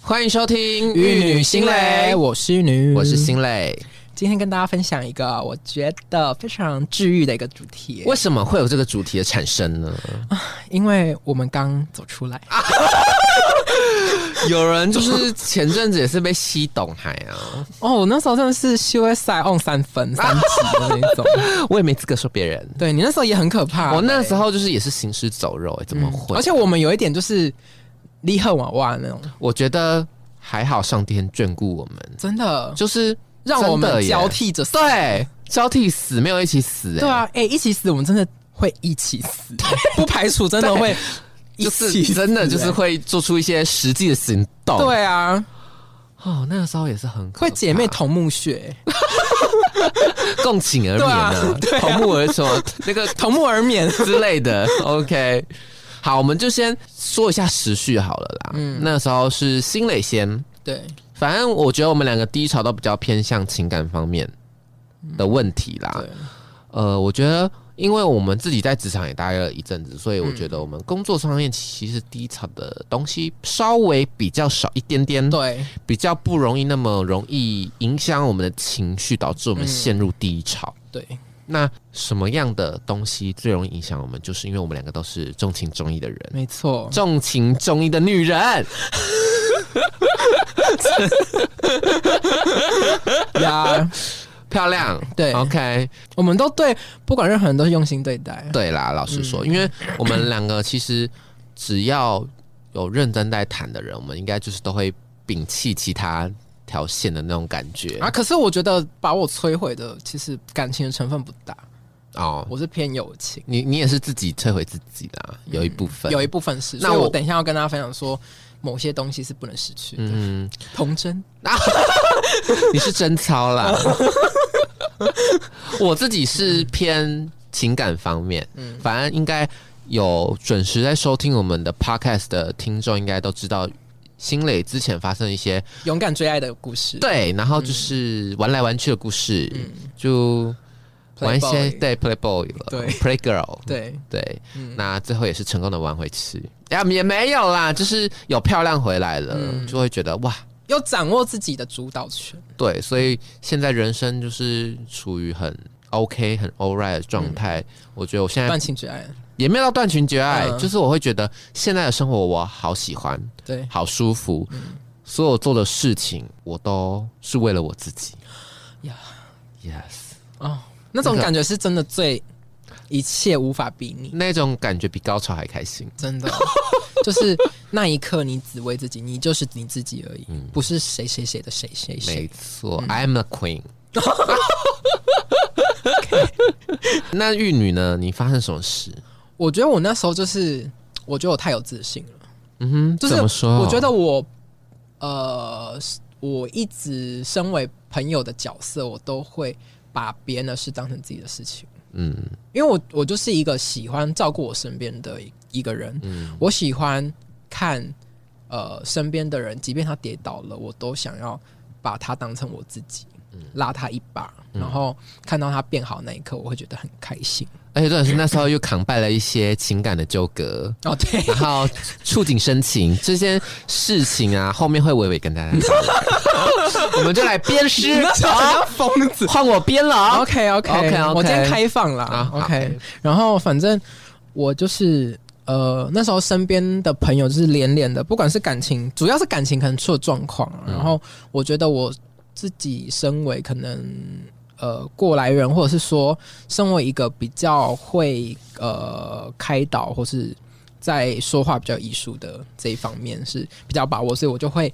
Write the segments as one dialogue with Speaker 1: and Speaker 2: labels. Speaker 1: 欢迎收听《
Speaker 2: 我是玉女，
Speaker 1: 我是。新蕾。
Speaker 2: 今天跟大家分享一个我觉得非常治愈的一个主题，
Speaker 1: 为什么会有这个主题的产生呢？
Speaker 2: 因为我们刚走出来，
Speaker 1: 有人就是前阵子也是被吸董海啊，
Speaker 2: 哦，我那时候真的是 suicide on 三分三级的那 种，
Speaker 1: 我也没资格说别人。
Speaker 2: 对你那时候也很可怕，
Speaker 1: 我那时候就是也是行尸走肉、欸，怎么会？
Speaker 2: 而且我们有一点就是离恨娃娃那种，
Speaker 1: 我觉得还好，上天眷顾我们，
Speaker 2: 真的
Speaker 1: 就是
Speaker 2: 让我
Speaker 1: 真的
Speaker 2: 们
Speaker 1: 耶
Speaker 2: 交替着，
Speaker 1: 对交替死，没有一起死、欸，
Speaker 2: 对啊，哎、一起死我们真的会一起死， 不排除真的会一
Speaker 1: 就
Speaker 2: 起
Speaker 1: 是
Speaker 2: 死
Speaker 1: 真的就是
Speaker 2: 哎
Speaker 1: 会做出一些实际的行动。
Speaker 2: 对啊，
Speaker 1: 哦，那个时候也是很可
Speaker 2: 会姐妹
Speaker 1: 怕
Speaker 2: 同墓穴，
Speaker 1: 共寝而眠啊，
Speaker 2: 对啊对啊
Speaker 1: 同木而床那个
Speaker 2: 同墓而眠。
Speaker 1: 之类的。OK，好，我们就先说一下时序好了啦。嗯，那时候是新磊先，
Speaker 2: 对，
Speaker 1: 反正我觉得我们两个低潮都比较偏向情感方面的问题啦。
Speaker 2: 对
Speaker 1: 呃，我觉得。因为我们自己在职场也待了一阵子，所以我觉
Speaker 2: 嗯
Speaker 1: 得我们工作上面其实低潮的东西稍微比较少一点点，
Speaker 2: 对，
Speaker 1: 比较不容易那么容易影响我们的情绪，导致我们
Speaker 2: 嗯
Speaker 1: 陷入低潮。
Speaker 2: 对，
Speaker 1: 那什么样的东西最容易影响我们？就是因为我们两个都是重情重义的人，
Speaker 2: 没错，
Speaker 1: 重情重义的女人。
Speaker 2: 呀，
Speaker 1: 漂亮，
Speaker 2: 对
Speaker 1: ，OK，
Speaker 2: 我们都对不管任何人都是用心对待。
Speaker 1: 对啦，老实
Speaker 2: 嗯
Speaker 1: 说，因为我们两个其实只要有认真在谈的人，我们应该就是都会摒弃其他条线的那种感觉
Speaker 2: 啊，可是我觉得把我摧毁的，其实感情的成分不大，
Speaker 1: 哦。
Speaker 2: 我是偏友情，
Speaker 1: 你你也是自己摧毁自己啦，有一部分，
Speaker 2: 有一部分是。
Speaker 1: 那
Speaker 2: 那我
Speaker 1: 我
Speaker 2: 等一下要跟大家分享说，某些东西是不能失去的，
Speaker 1: 嗯，
Speaker 2: 童真。
Speaker 1: 你是贞操啦。 我自己是偏情感方面，
Speaker 2: 嗯
Speaker 1: 反正应该有准时在收听我们的 podcast 的听众，应该都知道新磊之前发生一些
Speaker 2: 勇敢追爱的故事，
Speaker 1: 对，然后就是玩来玩去的故事，
Speaker 2: 嗯
Speaker 1: 就玩一些
Speaker 2: Playboy
Speaker 1: 对 playboy 了，
Speaker 2: 对
Speaker 1: playgirl，
Speaker 2: 对，
Speaker 1: 对
Speaker 2: 嗯
Speaker 1: 那最后也是成功的玩回去，呀、也没有啦，就是有漂亮回来了，
Speaker 2: 嗯
Speaker 1: 就会觉得哇，
Speaker 2: 要掌握自己的主导权。
Speaker 1: 对，所以现在人生就是处于很 OK、很 all right 的状态。我觉得我现在
Speaker 2: 断情绝爱，
Speaker 1: 也没有到断情绝爱，
Speaker 2: 嗯
Speaker 1: 就是我会觉得现在的生活我好喜欢，
Speaker 2: 对，嗯
Speaker 1: 好舒服。所有做的事情，我都是为了我自己。
Speaker 2: 呀
Speaker 1: Yes，
Speaker 2: 哦，那种
Speaker 1: 那个
Speaker 2: 感觉是真的最一切无法比拟。
Speaker 1: 那种感觉比高潮还开心。
Speaker 2: 真的， 就是那一刻你只为自己，你就是你自己而已，不是谁谁谁的谁谁
Speaker 1: 没
Speaker 2: 谁。
Speaker 1: 错、i
Speaker 2: 嗯
Speaker 1: m a queen。那玉女呢？你发生什么事？
Speaker 2: 我觉得我那时候就是，我觉得我太有自信了，
Speaker 1: 嗯哼，
Speaker 2: 就是
Speaker 1: 怎么说？
Speaker 2: 我觉得我，呃，我一直身为朋友的角色，我都会把别人的事当成自己的事情，
Speaker 1: 嗯
Speaker 2: 因为我我就是一个喜欢照顾我身边的一一个人，
Speaker 1: 嗯
Speaker 2: 我喜欢看呃身边的人，即便他跌倒了，我都想要把他当成我自己，拉他一把，然后看到他变好那一刻，我会觉得很开心。
Speaker 1: 而且重点是那时候又扛败了一些情感的纠 葛，
Speaker 2: 哦，对，
Speaker 1: 然后触景生情这些事情啊，后面会娓娓跟大家 讲。我们就来鞭尸，
Speaker 2: 好疯子。
Speaker 1: 换我编了啊！
Speaker 2: OK OK
Speaker 1: OK，OK
Speaker 2: 我今天开放啦、
Speaker 1: 啊好
Speaker 2: OK，然后反正我就是呃那时候身边的朋友就是连连的，不管是感情，主要是感情可能出了状况
Speaker 1: 嗯
Speaker 2: 啊、然后我觉得我自己身为可能呃过来人，或者是说身为一个比较会呃开导或是在说话比较艺术的这一方面是比较有把握，所以我就会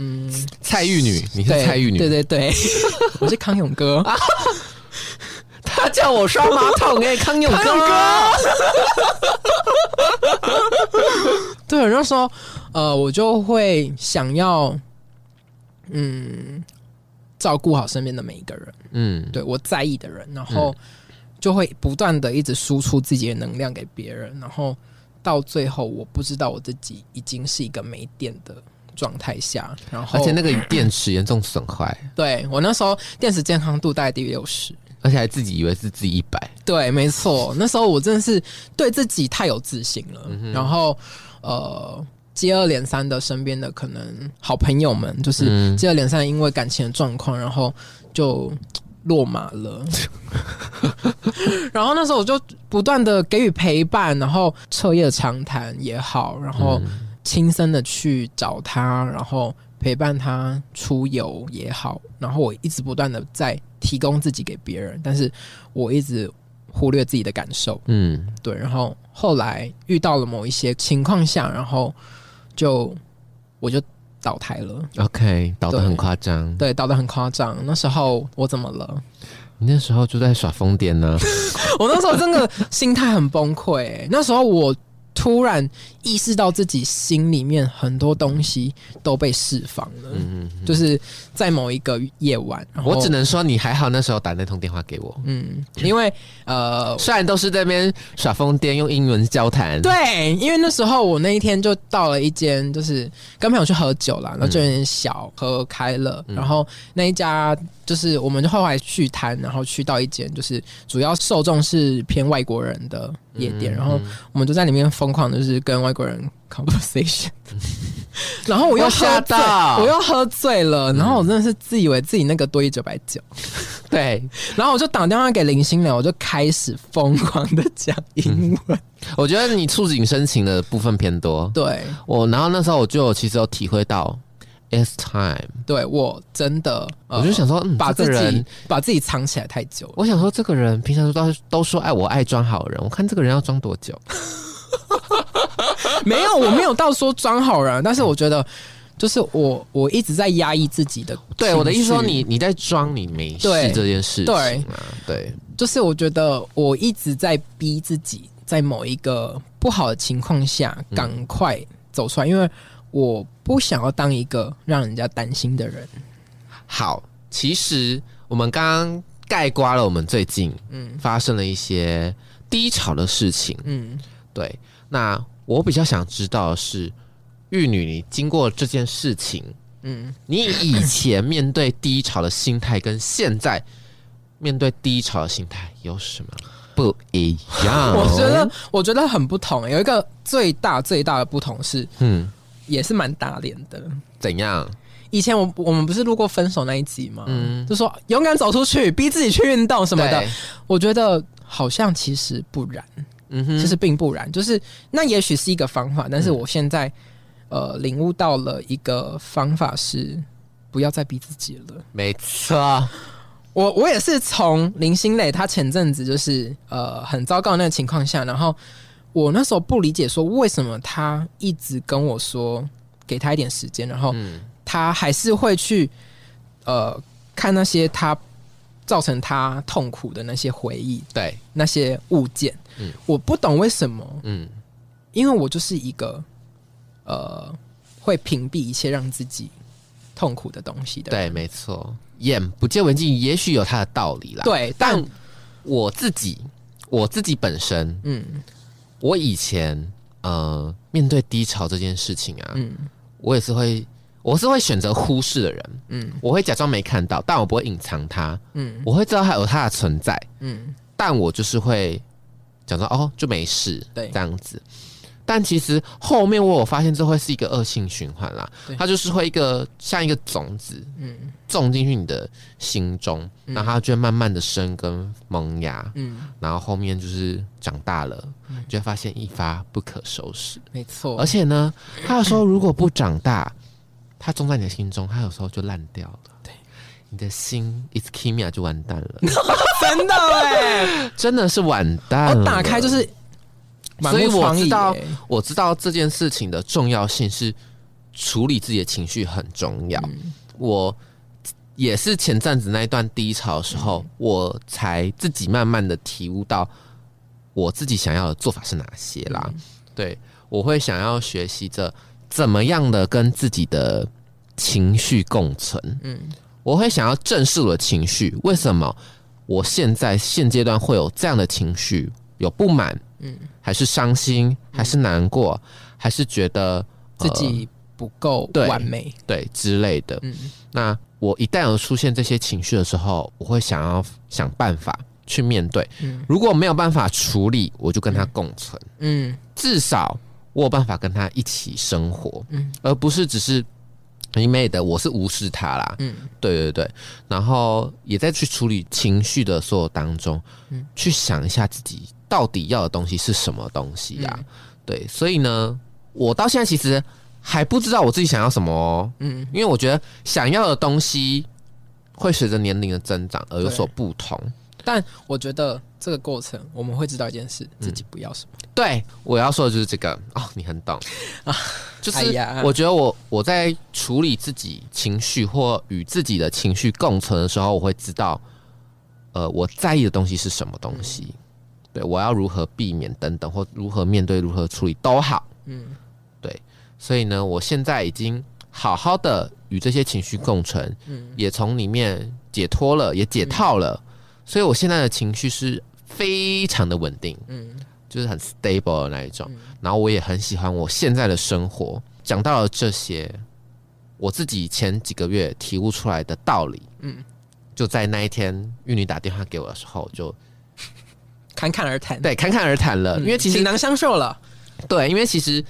Speaker 2: 嗯
Speaker 1: 蔡玉女，你是
Speaker 2: 对
Speaker 1: 蔡玉女，
Speaker 2: 对对对， 我是康永哥。
Speaker 1: 他叫我刷马 桶哎、康永
Speaker 2: 康永
Speaker 1: 哥，
Speaker 2: 对，那时候呃，我就会想要，嗯，照顾好身边的每一个人，
Speaker 1: 嗯，
Speaker 2: 对我在意的人，然后就会不断的一直输出自己的能量给别人，然后到最后，我不知道我自己已经是一个没电的状态下，然后
Speaker 1: 而且那个电池严重损坏，
Speaker 2: 对我那时候电池健康度大概低于六十，
Speaker 1: 而且还自己以为是自己一百，
Speaker 2: 对，没
Speaker 1: 嗯
Speaker 2: 错，那时候我真的是对自己太有自信了，然后呃，接二连三的身边的可能好朋友们，就是
Speaker 1: 嗯，
Speaker 2: 接二连三因为感情的状况，然后就落马 了。然后那时候我就不断的给予陪伴，然后彻夜长谈也好，然后
Speaker 1: 嗯
Speaker 2: 亲身的去找他，然后陪伴他出游也好，然后我一直不断的在提供自己给别人，但是我一直忽略自己的感受，
Speaker 1: 嗯，
Speaker 2: 对，然后后来遇到了某一些情况下，然后就我就倒台了，
Speaker 1: OK，倒得
Speaker 2: 对
Speaker 1: 很夸张。
Speaker 2: 对，倒的很夸张。那时候我怎么了？
Speaker 1: 你那时候就在耍疯癫 呢，
Speaker 2: 我那时候真的心态很崩溃、欸那时候我突然意识到自己心里面很多东西都被释放了。
Speaker 1: 嗯嗯，
Speaker 2: 就是在某一个夜晚，然后
Speaker 1: 我只能说你还好，那时候打那通电话给我，
Speaker 2: 嗯，因为呃，
Speaker 1: 虽然都是在那边耍疯癫，用英文交谈，，
Speaker 2: 对，因为那时候我那一天就到了一间，就是跟朋友去喝酒啦，然后
Speaker 1: 嗯
Speaker 2: 就有点小喝开了，然后那一家就是我们就后来续摊，然后去到一间就是主要受众是偏外国人的夜
Speaker 1: 嗯
Speaker 2: 店，然后我们就在里面疯狂地就是跟外国人 conversation，然后我又
Speaker 1: 我
Speaker 2: 喝
Speaker 1: 吓
Speaker 2: 醉，
Speaker 1: 到嗯
Speaker 2: 我又喝醉了，然后我真的是自以为自己那个多一九百九。
Speaker 1: 对，
Speaker 2: 然后我就打电话给林心蕾，我就开始疯狂的讲英 文。
Speaker 1: 我觉得你触景生情的部分偏多。
Speaker 2: 对，
Speaker 1: 我然后那时候我就有其实有体会到，it's time，、
Speaker 2: 对我真的，呃
Speaker 1: 我就想说，嗯，
Speaker 2: 把
Speaker 1: 这
Speaker 2: 自
Speaker 1: 个
Speaker 2: 己
Speaker 1: 人，
Speaker 2: 把自己藏起来太久了。
Speaker 1: 我想说这个人平常都都说哎爱我爱装好人，我看这个人要装多久？
Speaker 2: 没有，我没有到说装好人，但是我觉得。就是我，我一直在压抑自己的。
Speaker 1: 对，我的意思说你，你在装你没事
Speaker 2: 对
Speaker 1: 这件事情
Speaker 2: 对
Speaker 1: 啊，对，
Speaker 2: 就是我觉得我一直在逼自己，在某一个不好的情况下，赶快走出来，因为我不想要当一个让人家担心的人。
Speaker 1: 好，其实我们刚刚盖刮了我们最近嗯发生了一些低潮的事情。
Speaker 2: 嗯，
Speaker 1: 对，那我比较想知道的是，玉女，你经过这件事情，嗯
Speaker 2: 嗯，
Speaker 1: 你以前面对低潮的心态跟现在面对低潮的心态有什么不一样？
Speaker 2: 我觉得，我觉得很不同。有一个最大最大的不同是，
Speaker 1: 嗯，
Speaker 2: 也是蛮打脸的。
Speaker 1: 怎样？
Speaker 2: 以前我我们不是录过分手那一集吗？
Speaker 1: 嗯
Speaker 2: 就说勇敢走出去，逼自己去运动什么的
Speaker 1: 对。，
Speaker 2: 我觉得好像其实不然，
Speaker 1: 嗯哼，
Speaker 2: 其实并不然。就是那也许是一个方法，但是我现在、呃领悟到了一个方法是不要再逼自己了。
Speaker 1: 没错，
Speaker 2: 我我也是从林心蕾她前阵子就是呃很糟糕的那个情况下，然后我那时候不理解说为什么她一直跟我说给她一点时间，然后
Speaker 1: 嗯
Speaker 2: 她还是会去呃看那些她造成她痛苦的那些回忆、
Speaker 1: 对，
Speaker 2: 那些物件，
Speaker 1: 嗯
Speaker 2: 我不懂为什么，
Speaker 1: 嗯
Speaker 2: 因为我就是一个呃会屏蔽一切让自己痛苦的东西的人，
Speaker 1: 对，没错，眼不见为净，也许有它的道理啦。，
Speaker 2: 对，但
Speaker 1: 但我自己，我自己本身，
Speaker 2: 嗯
Speaker 1: 我以前呃面对低潮这件事情啊，
Speaker 2: 嗯
Speaker 1: 我也是会，我是会选择忽视的人，
Speaker 2: 嗯
Speaker 1: 我会假装没看到，但我不会隐藏它，
Speaker 2: 嗯
Speaker 1: 我会知道它有它的存在，
Speaker 2: 嗯
Speaker 1: 但我就是会讲说哦就没事，
Speaker 2: 对
Speaker 1: 这样子。但其实后面我有发现，这会是一个恶性循环啦
Speaker 2: 对，
Speaker 1: 它就是会一个像一个种子
Speaker 2: 嗯
Speaker 1: 种进去你的心中，
Speaker 2: 嗯
Speaker 1: 然后它就会慢慢的生根萌芽，
Speaker 2: 嗯，
Speaker 1: 然后后面就是长大了，就会发现一发不可收拾。
Speaker 2: 没错
Speaker 1: 而。且呢，他有时候如果不长大，他种在你的心中，他有时候就烂掉了。对，你的心 is kimia 就完蛋了，
Speaker 2: 真的哎、
Speaker 1: 真的是完蛋 了。
Speaker 2: 我哦打开就是满
Speaker 1: 所以
Speaker 2: 目
Speaker 1: 我
Speaker 2: 疮痍、
Speaker 1: 知道
Speaker 2: 欸，
Speaker 1: 我知道这件事情的重要性是处理自己的情绪很重要。
Speaker 2: 嗯
Speaker 1: 我也是前阵子那一段低潮的时候，
Speaker 2: 嗯
Speaker 1: 我才自己慢慢的体悟到我自己想要的做法是哪些啦。
Speaker 2: 嗯
Speaker 1: 对，我会想要学习着怎么样的跟自己的情绪共存。嗯
Speaker 2: 嗯，
Speaker 1: 我会想要正视我的情绪，为什么我现在现阶段会有这样的情绪？有不满，
Speaker 2: 嗯
Speaker 1: 还是伤心，还是难过，还是觉得呃
Speaker 2: 自、己不够
Speaker 1: 对
Speaker 2: 完美。
Speaker 1: 呃对之类的。
Speaker 2: 嗯
Speaker 1: 那我一旦有出现这些情绪的时候，我会想要想办法去面对。
Speaker 2: 嗯
Speaker 1: 如果没有办法处理，我就跟它共存。
Speaker 2: 嗯
Speaker 1: 至少我有办法跟他一起生活，
Speaker 2: 嗯
Speaker 1: 而不是只是一昧的我是无视他啦，
Speaker 2: 嗯，
Speaker 1: 对对对，然后也在去处理情绪的所有当中，
Speaker 2: 嗯
Speaker 1: 去想一下自己到底要的东西是什么东西呀、
Speaker 2: 嗯
Speaker 1: 对，所以呢，我到现在其实还不知道我自己想要什么哦，
Speaker 2: 嗯，
Speaker 1: 因为我觉得想要的东西会随着年龄的增长而有
Speaker 2: 对
Speaker 1: 所不同。
Speaker 2: 但我觉得这个过程我们会知道一件事，
Speaker 1: 嗯
Speaker 2: 自己不要什么。
Speaker 1: 对，我要说的就是这个哦，你很懂就
Speaker 2: 哎
Speaker 1: 是
Speaker 2: 呀
Speaker 1: 我觉得我我在处理自己情绪或与自己的情绪共存的时候，我会知道，呃，我在意的东西是什么东西，
Speaker 2: 嗯
Speaker 1: 对我要如何避免等等，或如何面对、如何处理都好。
Speaker 2: 嗯
Speaker 1: 所以呢，我现在已经好好的与这些情绪共存，
Speaker 2: 嗯
Speaker 1: 也从里面解脱了，也解套了，所以我现在的情绪是非常的稳定。
Speaker 2: 嗯
Speaker 1: 就是很 stable 的那一种。
Speaker 2: 嗯
Speaker 1: 然后我也很喜欢我现在的生活。讲到了这些，我自己前几个月体悟出来的道理，
Speaker 2: 嗯，
Speaker 1: 就在那一天玉女打电话给我的时候，就
Speaker 2: 侃侃而谈。
Speaker 1: 对侃侃而谈了。
Speaker 2: 嗯，
Speaker 1: 因为其
Speaker 2: 锦
Speaker 1: 实
Speaker 2: 囊相授了。
Speaker 1: 对，因为其实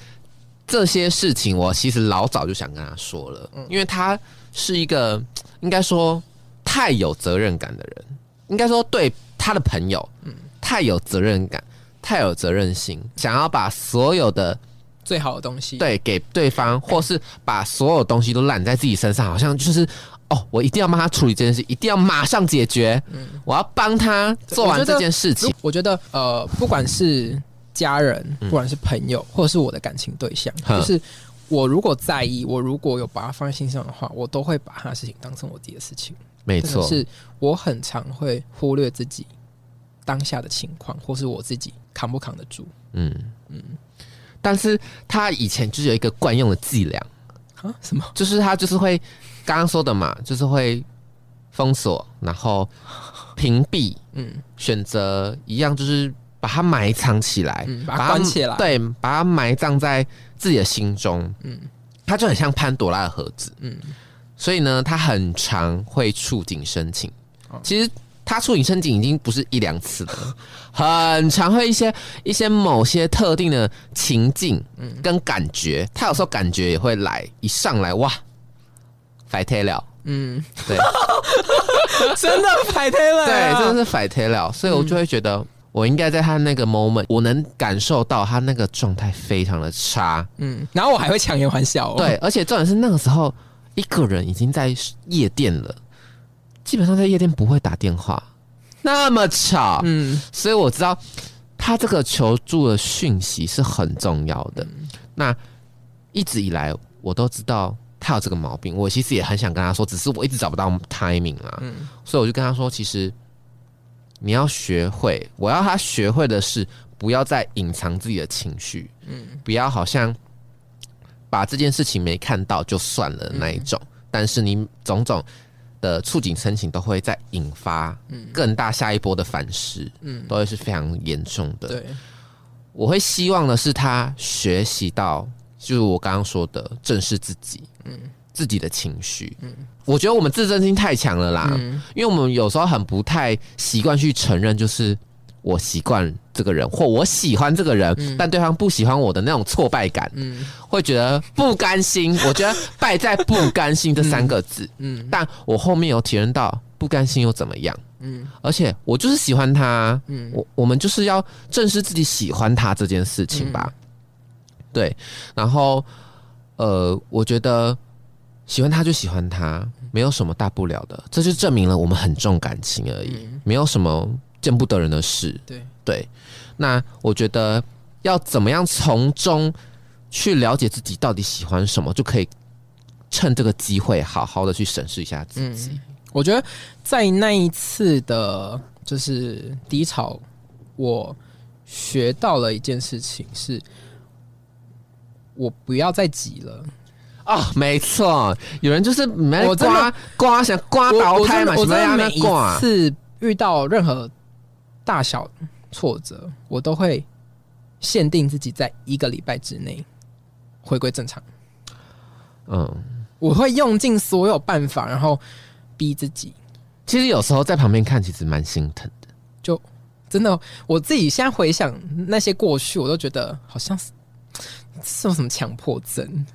Speaker 1: 这些事情我其实老早就想跟他说了，
Speaker 2: 嗯
Speaker 1: 因为他是一个应该说太有责任感的人，应该说对他的朋友，
Speaker 2: 嗯
Speaker 1: 太有责任感，太有责任心，想要把所有的
Speaker 2: 最好的东西。，
Speaker 1: 对给对方，或是把所有东西都揽在自己身上，好像就是哦，我一定要帮他处理这件事，一定要马上解决，我要帮他做
Speaker 2: 我
Speaker 1: 完
Speaker 2: 觉得
Speaker 1: 这件事情，
Speaker 2: 嗯我觉得呃，不管是家人，
Speaker 1: 嗯
Speaker 2: 不管是朋友，或者是我的感情对象，
Speaker 1: 哼
Speaker 2: 就是我如果在意，我如果有把它放在心上的话，我都会把他的事情当成我自己的事情。
Speaker 1: 没
Speaker 2: 真的
Speaker 1: 错，
Speaker 2: 是我很常会忽略自己当下的情况，或是我自己扛不扛得住。
Speaker 1: 嗯嗯。但是他以前就是有一个惯用的伎俩，
Speaker 2: 啊？什么？
Speaker 1: 就是他就是会刚刚说的嘛，就是会封锁，然后屏蔽，
Speaker 2: 嗯
Speaker 1: 选择一样就是把它埋藏起来，
Speaker 2: 嗯，把它关起来。，
Speaker 1: 对，把它埋葬在自己的心中。
Speaker 2: 嗯
Speaker 1: 嗯，它就很像潘多拉的盒子。
Speaker 2: 嗯
Speaker 1: 所以呢，他很常会触景生情
Speaker 2: 哦。
Speaker 1: 其实他触景生情已经不是一两次了， 很常会一些一些某些特定的情境
Speaker 2: 嗯
Speaker 1: 跟感觉，他有时候感觉也会来，一上来哇，白贴了，
Speaker 2: 嗯，
Speaker 1: 对
Speaker 2: 真的排队了。
Speaker 1: 对，真的是白贴了，所以我就会觉得。我应该在他那个 moment，我能感受到他那个状态非常的差，
Speaker 2: 嗯，然后我还会强颜欢笑、哦。
Speaker 1: 对，，而且重点是那个时候一个人已经在夜店了，基本上在夜店不会打电话，那么吵，
Speaker 2: 嗯
Speaker 1: 所以我知道他这个求助的讯息是很重要的。
Speaker 2: 嗯
Speaker 1: 那一直以来我都知道他有这个毛病，我其实也很想跟他说，只是我一直找不到 timing 啦，
Speaker 2: 嗯
Speaker 1: 所以我就跟他说，其实你要学会，我要他学会的是不要再隐藏自己的情绪，
Speaker 2: 嗯
Speaker 1: 不要好像把这件事情没看到就算了那一
Speaker 2: 嗯
Speaker 1: 种，但是你种种的触景生情都会再引发
Speaker 2: 嗯
Speaker 1: 更大下一波的反噬，
Speaker 2: 嗯，
Speaker 1: 都会是非常严重的。
Speaker 2: 对，
Speaker 1: 我会希望的是他学习到，就是我刚刚说的正视自己，嗯，自己的情绪，嗯，我觉得我们自尊心太强了啦，
Speaker 2: 嗯
Speaker 1: 因为我们有时候很不太习惯去承认，就是我习惯这个人或我喜欢这个人，但对方不喜欢我的那种挫败感，
Speaker 2: 嗯
Speaker 1: 会觉得不甘心。我觉得败在不甘心这三个字，
Speaker 2: 嗯
Speaker 1: 但我后面有体验到不甘心又怎么样？
Speaker 2: 嗯
Speaker 1: 而且我就是喜欢他，
Speaker 2: 嗯
Speaker 1: 我我们就是要正视自己喜欢他这件事情吧。
Speaker 2: 嗯
Speaker 1: 对，然后呃，我觉得喜欢他就喜欢他，
Speaker 2: 嗯
Speaker 1: 没有什么大不了的，这就证明了我们很重感情而已，
Speaker 2: 嗯，
Speaker 1: 没有什么见不得人的事。
Speaker 2: 对，
Speaker 1: 对，那我觉得要怎么样从中去了解自己到底喜欢什么，就可以趁这个机会好好的去审视一下自己。
Speaker 2: 嗯，我觉得在那一次的，就是低潮，我学到了一件事情是。我不要再挤了，
Speaker 1: 哦，没错，有人就是没
Speaker 2: 我真的
Speaker 1: 刮刮想刮
Speaker 2: 我
Speaker 1: 倒
Speaker 2: 我
Speaker 1: 胎
Speaker 2: 真
Speaker 1: 嘛，
Speaker 2: 的我
Speaker 1: 什
Speaker 2: 真
Speaker 1: 么
Speaker 2: 的
Speaker 1: 样
Speaker 2: 每
Speaker 1: 的
Speaker 2: 一
Speaker 1: 刮？
Speaker 2: 次遇到任何大小挫折，我都会限定自己在一个礼拜之内回归正常。
Speaker 1: 嗯，
Speaker 2: 我会用尽所有办法，然后逼自己。
Speaker 1: 其实有时候在旁边看，其实蛮心疼的。
Speaker 2: 真的，我自己现在回想那些过去，我都觉得好像是什么什么强迫症。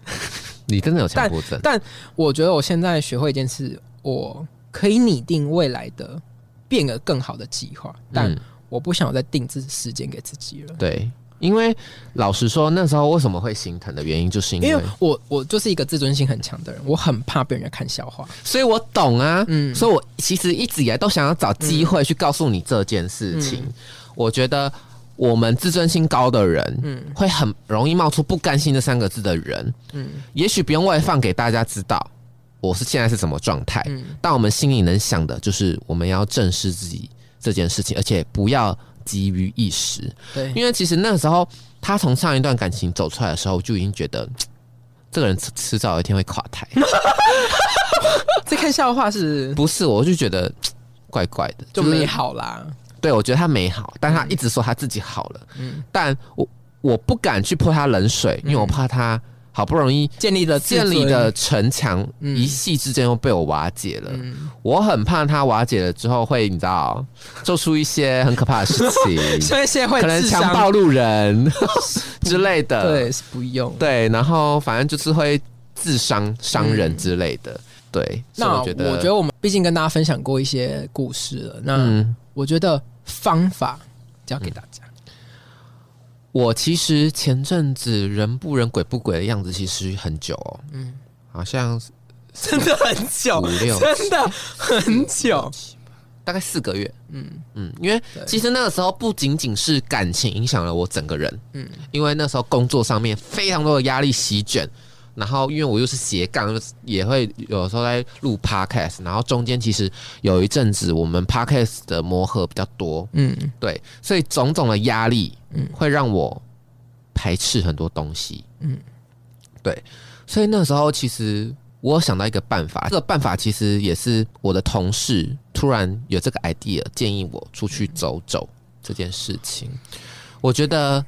Speaker 1: 你真的有强迫症？
Speaker 2: 但我觉得我现在学会一件事，我可以拟定未来的变得更好的计划，但
Speaker 1: 嗯
Speaker 2: 我不想再定制时间给自己了。
Speaker 1: 对，因为老实说，那时候为什么会心疼的原因，就是因为，
Speaker 2: 因为我我就是一个自尊心很强的人，我很怕被人家看笑话。
Speaker 1: 所以我懂啊，
Speaker 2: 嗯
Speaker 1: 所以我其实一直以来都想要找机会去告诉你这件事情。
Speaker 2: 嗯
Speaker 1: 我觉得我们自尊心高的人，
Speaker 2: 嗯
Speaker 1: 会很容易冒出不甘心这三个字的人，
Speaker 2: 嗯
Speaker 1: 也许不用外放给大家知道我是现在是什么状态，
Speaker 2: 嗯
Speaker 1: 但我们心里能想的就是我们要正视自己这件事情，而且不要急于一时。
Speaker 2: 对，
Speaker 1: 因为其实那个时候他从上一段感情走出来的时候，我就已经觉得这个人迟迟早有一天会垮台。
Speaker 2: 这看笑话是
Speaker 1: 不是，我就觉得怪怪的，
Speaker 2: 就是美。好啦。
Speaker 1: 对，我觉得他美好，但他一直说他自己好了，
Speaker 2: 嗯，
Speaker 1: 但我我不敢去泼他冷水，因为我怕他好不容易
Speaker 2: 建立了自
Speaker 1: 建立
Speaker 2: 尊
Speaker 1: 的，城墙
Speaker 2: 嗯
Speaker 1: 一夕之间又被我瓦解了。
Speaker 2: 嗯，
Speaker 1: 我很怕他瓦解了之后会，你知道，做出一些很可怕的事 情，
Speaker 2: 所以协会
Speaker 1: 可能
Speaker 2: 智
Speaker 1: 强
Speaker 2: 商
Speaker 1: 暴路 人 之类的。
Speaker 2: 对是不用。
Speaker 1: 对，然后反正就是会自伤伤人之类的。对，所以
Speaker 2: 嗯那
Speaker 1: 我觉得，
Speaker 2: 我觉得我们毕竟跟大家分享过一些故事了，那
Speaker 1: 嗯，
Speaker 2: 我觉得方法教给大家。
Speaker 1: 我其实前阵子人不人鬼不鬼的样子，其实很久哦，
Speaker 2: 嗯，
Speaker 1: 好像
Speaker 2: 真的很
Speaker 1: 五
Speaker 2: 久，
Speaker 1: 六
Speaker 2: 真的很久。
Speaker 1: 大概四个月。
Speaker 2: 嗯
Speaker 1: 嗯，因为
Speaker 2: 对
Speaker 1: 其实那个时候不仅仅是感情影响了我整个人，
Speaker 2: 嗯
Speaker 1: 因为那时候工作上面非常多的压力席卷，然后因为我又是斜杠，也会有时候在录 podcast，然后中间其实有一阵子我们 podcast 的磨合比较多，
Speaker 2: 嗯
Speaker 1: 对，所以种种的压力，
Speaker 2: 嗯
Speaker 1: 会让我排斥很多东西，
Speaker 2: 嗯
Speaker 1: 对，所以那时候其实我有想到一个办法，这个办法其实也是我的同事突然有这个 idea，建议我出去走走这件事情。我觉得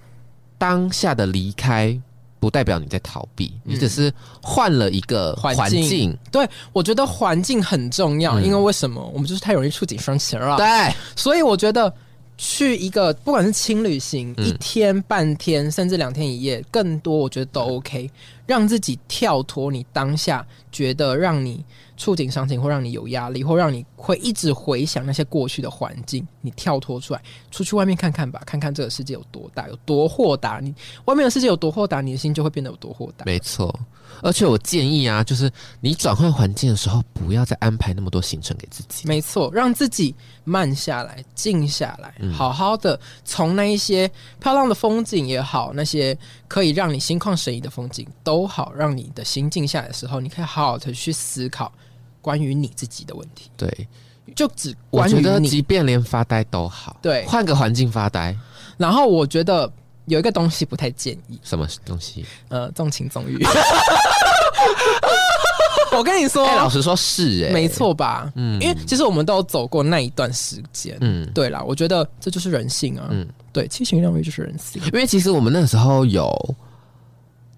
Speaker 1: 当下的离开不代表你在逃避，你只是换了一个
Speaker 2: 嗯环
Speaker 1: 环
Speaker 2: 境
Speaker 1: 境，
Speaker 2: 对，我觉得环境很重要，
Speaker 1: 嗯
Speaker 2: 因为为什么我们就是太容易触景生情了。
Speaker 1: 对，
Speaker 2: 所以我觉得去一个不管是轻旅行、
Speaker 1: 嗯
Speaker 2: 一天半天，甚至两天一夜，更多我觉得都 OK，让自己跳脱你当下觉得让你触景伤情，或让你有压力，或让你会一直回想那些过去的环境，你跳脱出来，出去外面看看吧，看看这个世界有多大，有多豁达，你外面的世界有多豁达，你的心就会变得有多豁达。
Speaker 1: 没错，而且我建议啊，就是你转换环境的时候，不要再安排那么多行程给自己。
Speaker 2: 没错，让自己慢下来、静下来，
Speaker 1: 嗯
Speaker 2: 好好的从那一些漂亮的风景也好，那些可以让你心旷神怡的风景都好，让你的心静下来的时候，你可以好好的去思考关于你自己的问题，
Speaker 1: 对，
Speaker 2: 就只
Speaker 1: 我
Speaker 2: 关
Speaker 1: 觉
Speaker 2: 于
Speaker 1: 得
Speaker 2: 你。
Speaker 1: 即便连发呆都好，
Speaker 2: 对
Speaker 1: 换个环境发呆，
Speaker 2: 然后我觉得有一个东西不太建议，
Speaker 1: 什么东西？
Speaker 2: 呃，纵情纵 欲。我跟你说，
Speaker 1: 哎、老实说是哎、
Speaker 2: 哦没，错吧？
Speaker 1: 嗯
Speaker 2: 因为其实我们都有走过那一段时间，
Speaker 1: 嗯，
Speaker 2: 对啦，我觉得这就是人性啊。
Speaker 1: 嗯
Speaker 2: 对，七情六欲就是人 性。
Speaker 1: 因为其实我们那时候有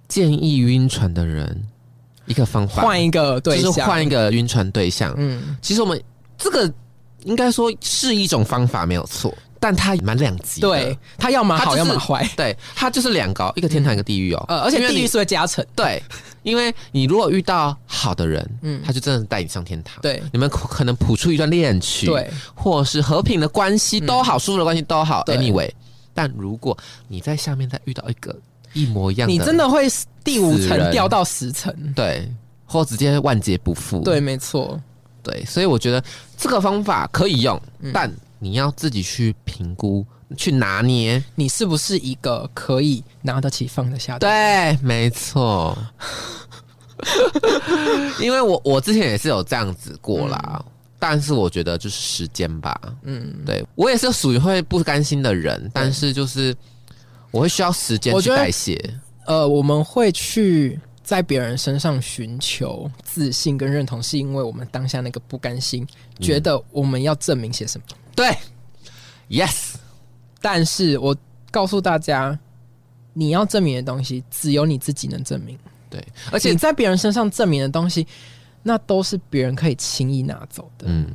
Speaker 1: 建议晕船的人一个方法，
Speaker 2: 换一个对
Speaker 1: 就是
Speaker 2: 象，
Speaker 1: 换一个晕船对象。
Speaker 2: 嗯，
Speaker 1: 其实我们这个应该说是一种方法，没有错，但它也蛮两极的。
Speaker 2: 对他要么
Speaker 1: 他
Speaker 2: 好，
Speaker 1: 就是
Speaker 2: 要么坏，
Speaker 1: 对，它就是两高，一个天堂，一个地狱哦。
Speaker 2: 呃，而且
Speaker 1: 因为
Speaker 2: 地
Speaker 1: 你
Speaker 2: 狱是会加成，
Speaker 1: 对，因为你如果遇到好的人，
Speaker 2: 嗯
Speaker 1: 他就真的带你上天堂。，
Speaker 2: 对
Speaker 1: 你们可可能谱出一段恋曲，，
Speaker 2: 对，
Speaker 1: 或是和平的关系都好，舒服的关系都好。
Speaker 2: 对
Speaker 1: Anyway，但如果你在下面再遇到一个一模一样的，
Speaker 2: 你真的会第五
Speaker 1: 死人
Speaker 2: 层掉到十层，
Speaker 1: 对，或直接万劫不复。
Speaker 2: 对，没错，
Speaker 1: 对，所以我觉得这个方法可以用，
Speaker 2: 嗯
Speaker 1: 但你要自己去评估、去拿捏。
Speaker 2: 你是不是一个可以拿得起放得下的？
Speaker 1: 对，没错。 因为我我之前也是有这样子过啦，但是我觉得就是时间吧。
Speaker 2: 嗯，
Speaker 1: 对我也是属于会不甘心的人，但是就是我会需要时间
Speaker 2: 我
Speaker 1: 去
Speaker 2: 觉得
Speaker 1: 代谢。
Speaker 2: 呃，我们会去。在别人身上寻求自信跟认同，是因为我们当下那个不甘心，
Speaker 1: 嗯
Speaker 2: 觉得我们要证明些什么。
Speaker 1: 对，yes，
Speaker 2: 但是我告诉大家，你要证明的东西，只有你自己能证明。
Speaker 1: 对，
Speaker 2: 而且你在别人身上证明的东西，那都是别人可以轻易拿走的。
Speaker 1: 嗯，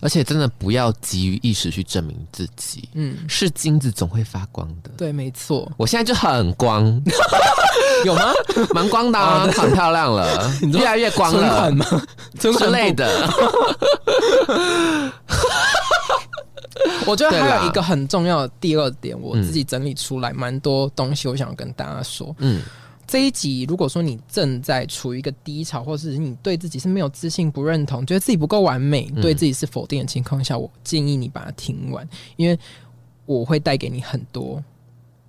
Speaker 1: 而且真的不要急于一时去证明自己，
Speaker 2: 嗯，
Speaker 1: 是金子总会发光的。
Speaker 2: 对，没错，
Speaker 1: 我现在就很 光，
Speaker 2: 有吗？
Speaker 1: 蛮光的、
Speaker 2: 哦
Speaker 1: 啊，很漂亮 了，
Speaker 2: 说
Speaker 1: 越来越光
Speaker 2: 存
Speaker 1: 了
Speaker 2: 款吗？存款
Speaker 1: 之
Speaker 2: 不
Speaker 1: 类的。
Speaker 2: 我觉得
Speaker 1: 对
Speaker 2: 还
Speaker 1: 啦
Speaker 2: 有一个很重要的第二点，我自己整理出来蛮多东西，我想要跟大家说。
Speaker 1: 嗯，
Speaker 2: 这一集如果说你正在处于一个低潮，或是你对自己是没有自信、不认同，觉得自己不够完美，
Speaker 1: 嗯
Speaker 2: 对自己是否定的情况下，我建议你把它听完，因为我会带给你很多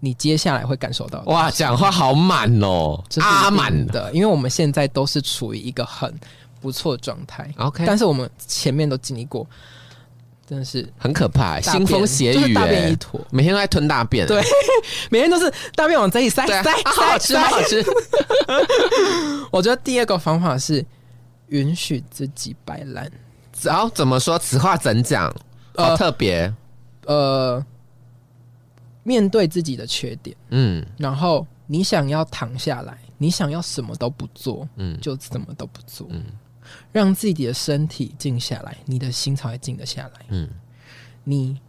Speaker 2: 你接下来会感受到的。
Speaker 1: 哇，讲话好满哦，
Speaker 2: 这是一定
Speaker 1: 阿啊满
Speaker 2: 的，因为我们现在都是处于一个很不错的状态，
Speaker 1: ，OK，
Speaker 2: 但是我们前面都经历过，真的是
Speaker 1: 很可怕、
Speaker 2: 大
Speaker 1: 腥风
Speaker 2: 便
Speaker 1: 血
Speaker 2: 就是
Speaker 1: 雨、
Speaker 2: 大便
Speaker 1: 欸
Speaker 2: 一坨。
Speaker 1: 每天都在吞大便、欸
Speaker 2: 对每天都是大便往嘴里塞
Speaker 1: 对
Speaker 2: 塞
Speaker 1: 啊，
Speaker 2: 塞
Speaker 1: 啊好好吃，
Speaker 2: 塞
Speaker 1: 好好吃。
Speaker 2: 我觉得第二个方法是允许自己摆烂。
Speaker 1: 然后怎么说？此话怎讲？好
Speaker 2: 呃
Speaker 1: 特别，
Speaker 2: 呃，面对自己的缺点，
Speaker 1: 嗯
Speaker 2: 然后你想要躺下来，你想要什么都不做，
Speaker 1: 嗯，
Speaker 2: 就什么都不做，
Speaker 1: 嗯
Speaker 2: 让自己的身体静下来，你的心才会静得下来。
Speaker 1: 嗯，
Speaker 2: 你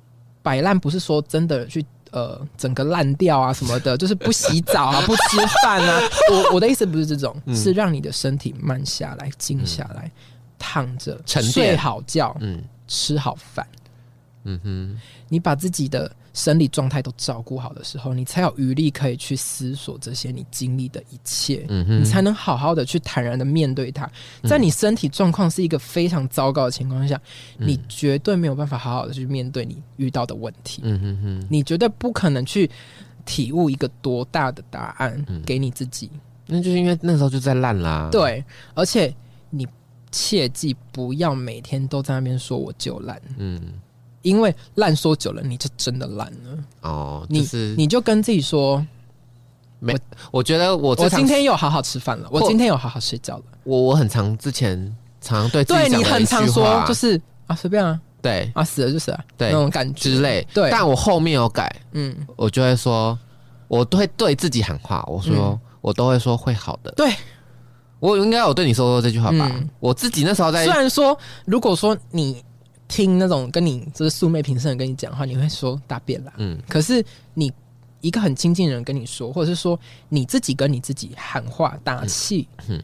Speaker 2: 摆烂不是说真的去。呃，整个烂掉啊什 么的，就是不洗澡啊，不吃饭啊。我我的意思不是这种，
Speaker 1: 嗯
Speaker 2: 是让你的身体慢下来、静下来，躺着
Speaker 1: 沉淀
Speaker 2: 睡好觉，
Speaker 1: 嗯
Speaker 2: 吃好饭。
Speaker 1: 嗯哼，
Speaker 2: 你把自己的生理状态都照顾好的时候，你才有余力可以去思索这些你经历的一切，
Speaker 1: 嗯哼，
Speaker 2: 你才能好好的去坦然的面对它。在你身体状况是一个非常糟糕的情况下，
Speaker 1: 嗯
Speaker 2: 你绝对没有办法好好的去面对你遇到的问题，
Speaker 1: 嗯哼哼，
Speaker 2: 你绝对不可能去体悟一个多大的答案
Speaker 1: 嗯
Speaker 2: 给你自己。
Speaker 1: 那就是因为那时候就在烂啦。，
Speaker 2: 对，而且你切记不要每天都在那边说我就烂，
Speaker 1: 嗯，
Speaker 2: 因为烂说久了你就真的烂了。
Speaker 1: 哦，
Speaker 2: 你
Speaker 1: 就是
Speaker 2: 你就跟自己说，
Speaker 1: 我觉得我
Speaker 2: 我
Speaker 1: 最常
Speaker 2: 今天有好好吃饭了，我
Speaker 1: 或
Speaker 2: 今天有好好睡觉了。
Speaker 1: 我我很常之前常对自己
Speaker 2: 对
Speaker 1: 讲
Speaker 2: 你
Speaker 1: 的一
Speaker 2: 很常
Speaker 1: 句
Speaker 2: 说
Speaker 1: 话
Speaker 2: 就是啊随便啊
Speaker 1: 对
Speaker 2: 啊死了就死了
Speaker 1: 对
Speaker 2: 那种感觉
Speaker 1: 之类，
Speaker 2: 对，
Speaker 1: 但我后面有改，
Speaker 2: 嗯
Speaker 1: 我就会说，我都会对自己喊话，我说、我都会说会好的。
Speaker 2: 嗯对，
Speaker 1: 我应该有对你说过这句话吧？
Speaker 2: 嗯
Speaker 1: 我自己那时候在
Speaker 2: 虽然说如果说你听那种跟你就是素昧平生的人跟你讲话，你会说大便啦，
Speaker 1: 嗯
Speaker 2: 可是你一个很亲近的人跟你说，或者是说你自己跟你自己喊话打气，
Speaker 1: 嗯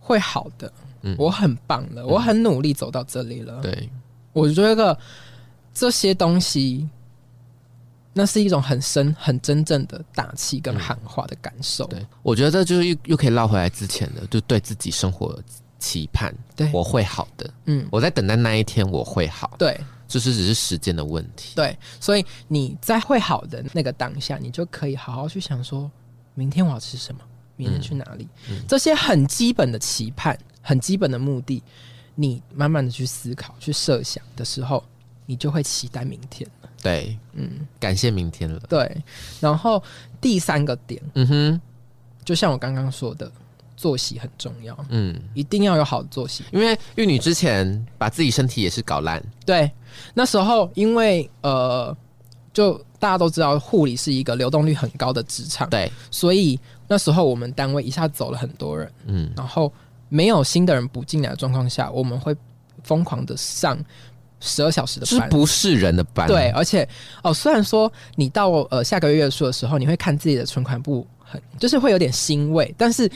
Speaker 2: 会好的。
Speaker 1: 嗯
Speaker 2: 我很棒了，我很努力走到这里了。
Speaker 1: 对
Speaker 2: 我觉得这些东西，那是一种很深、很真正的打气跟喊话的感受。
Speaker 1: 对，我觉得这就是又又可以绕回来之前的，就对自己生活的期盼，
Speaker 2: 对
Speaker 1: 我会好的，
Speaker 2: 嗯，
Speaker 1: 我在等待那一天我会好，
Speaker 2: 对
Speaker 1: 就是只是时间的问题。
Speaker 2: 对，所以你在会好的那个当下，你就可以好好去想说，明天我要吃什么，明天去哪里，这些很基本的期盼、很基本的目的，你慢慢的去思考、去设想的时候，你就会期待明天。
Speaker 1: 对，
Speaker 2: 嗯，
Speaker 1: 感谢明天了。
Speaker 2: 对。然后第三个点，
Speaker 1: 嗯哼，
Speaker 2: 就像我刚刚说的，作息很重要。
Speaker 1: 嗯，
Speaker 2: 一定要有好的作息。
Speaker 1: 因为玉女之前把自己身体也是搞烂，
Speaker 2: 对，那时候因为呃，就大家都知道护理是一个流动率很高的职场，
Speaker 1: 对，
Speaker 2: 所以那时候我们单位一下走了很多人，
Speaker 1: 嗯
Speaker 2: 然后没有新的人补进来的状况下，我们会疯狂的上十二小时的
Speaker 1: 就是
Speaker 2: 班。
Speaker 1: 不是人的班，啊
Speaker 2: 对，，而且哦，虽然说你到呃下个月月初的时候，你会看自己的存款簿很，就是会有点欣慰，但是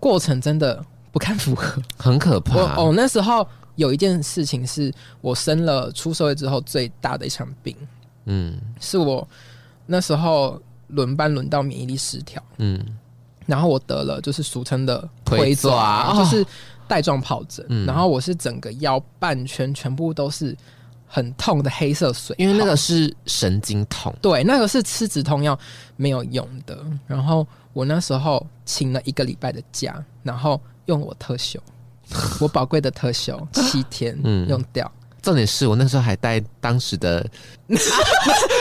Speaker 2: 过程真的不堪负荷。
Speaker 1: 很可怕。
Speaker 2: 我哦，那时候有一件事情是我生了出社会之后最大的一场病，
Speaker 1: 嗯
Speaker 2: 是我那时候轮班轮到免疫力失调，
Speaker 1: 嗯。
Speaker 2: 然后我得了就是俗称的
Speaker 1: 腿爪
Speaker 2: 爪
Speaker 1: 哦
Speaker 2: 就是带状疱疹，
Speaker 1: 嗯
Speaker 2: 然后我是整个腰半圈全部都是很痛的黑色水泡，
Speaker 1: 因为那个是神经痛，
Speaker 2: 对那个是吃止痛药没有用的，然后我那时候请了一个礼拜的假，然后用我特休。我宝贵的特休七天
Speaker 1: 嗯
Speaker 2: 用掉，
Speaker 1: 重点是我那时候还带当时的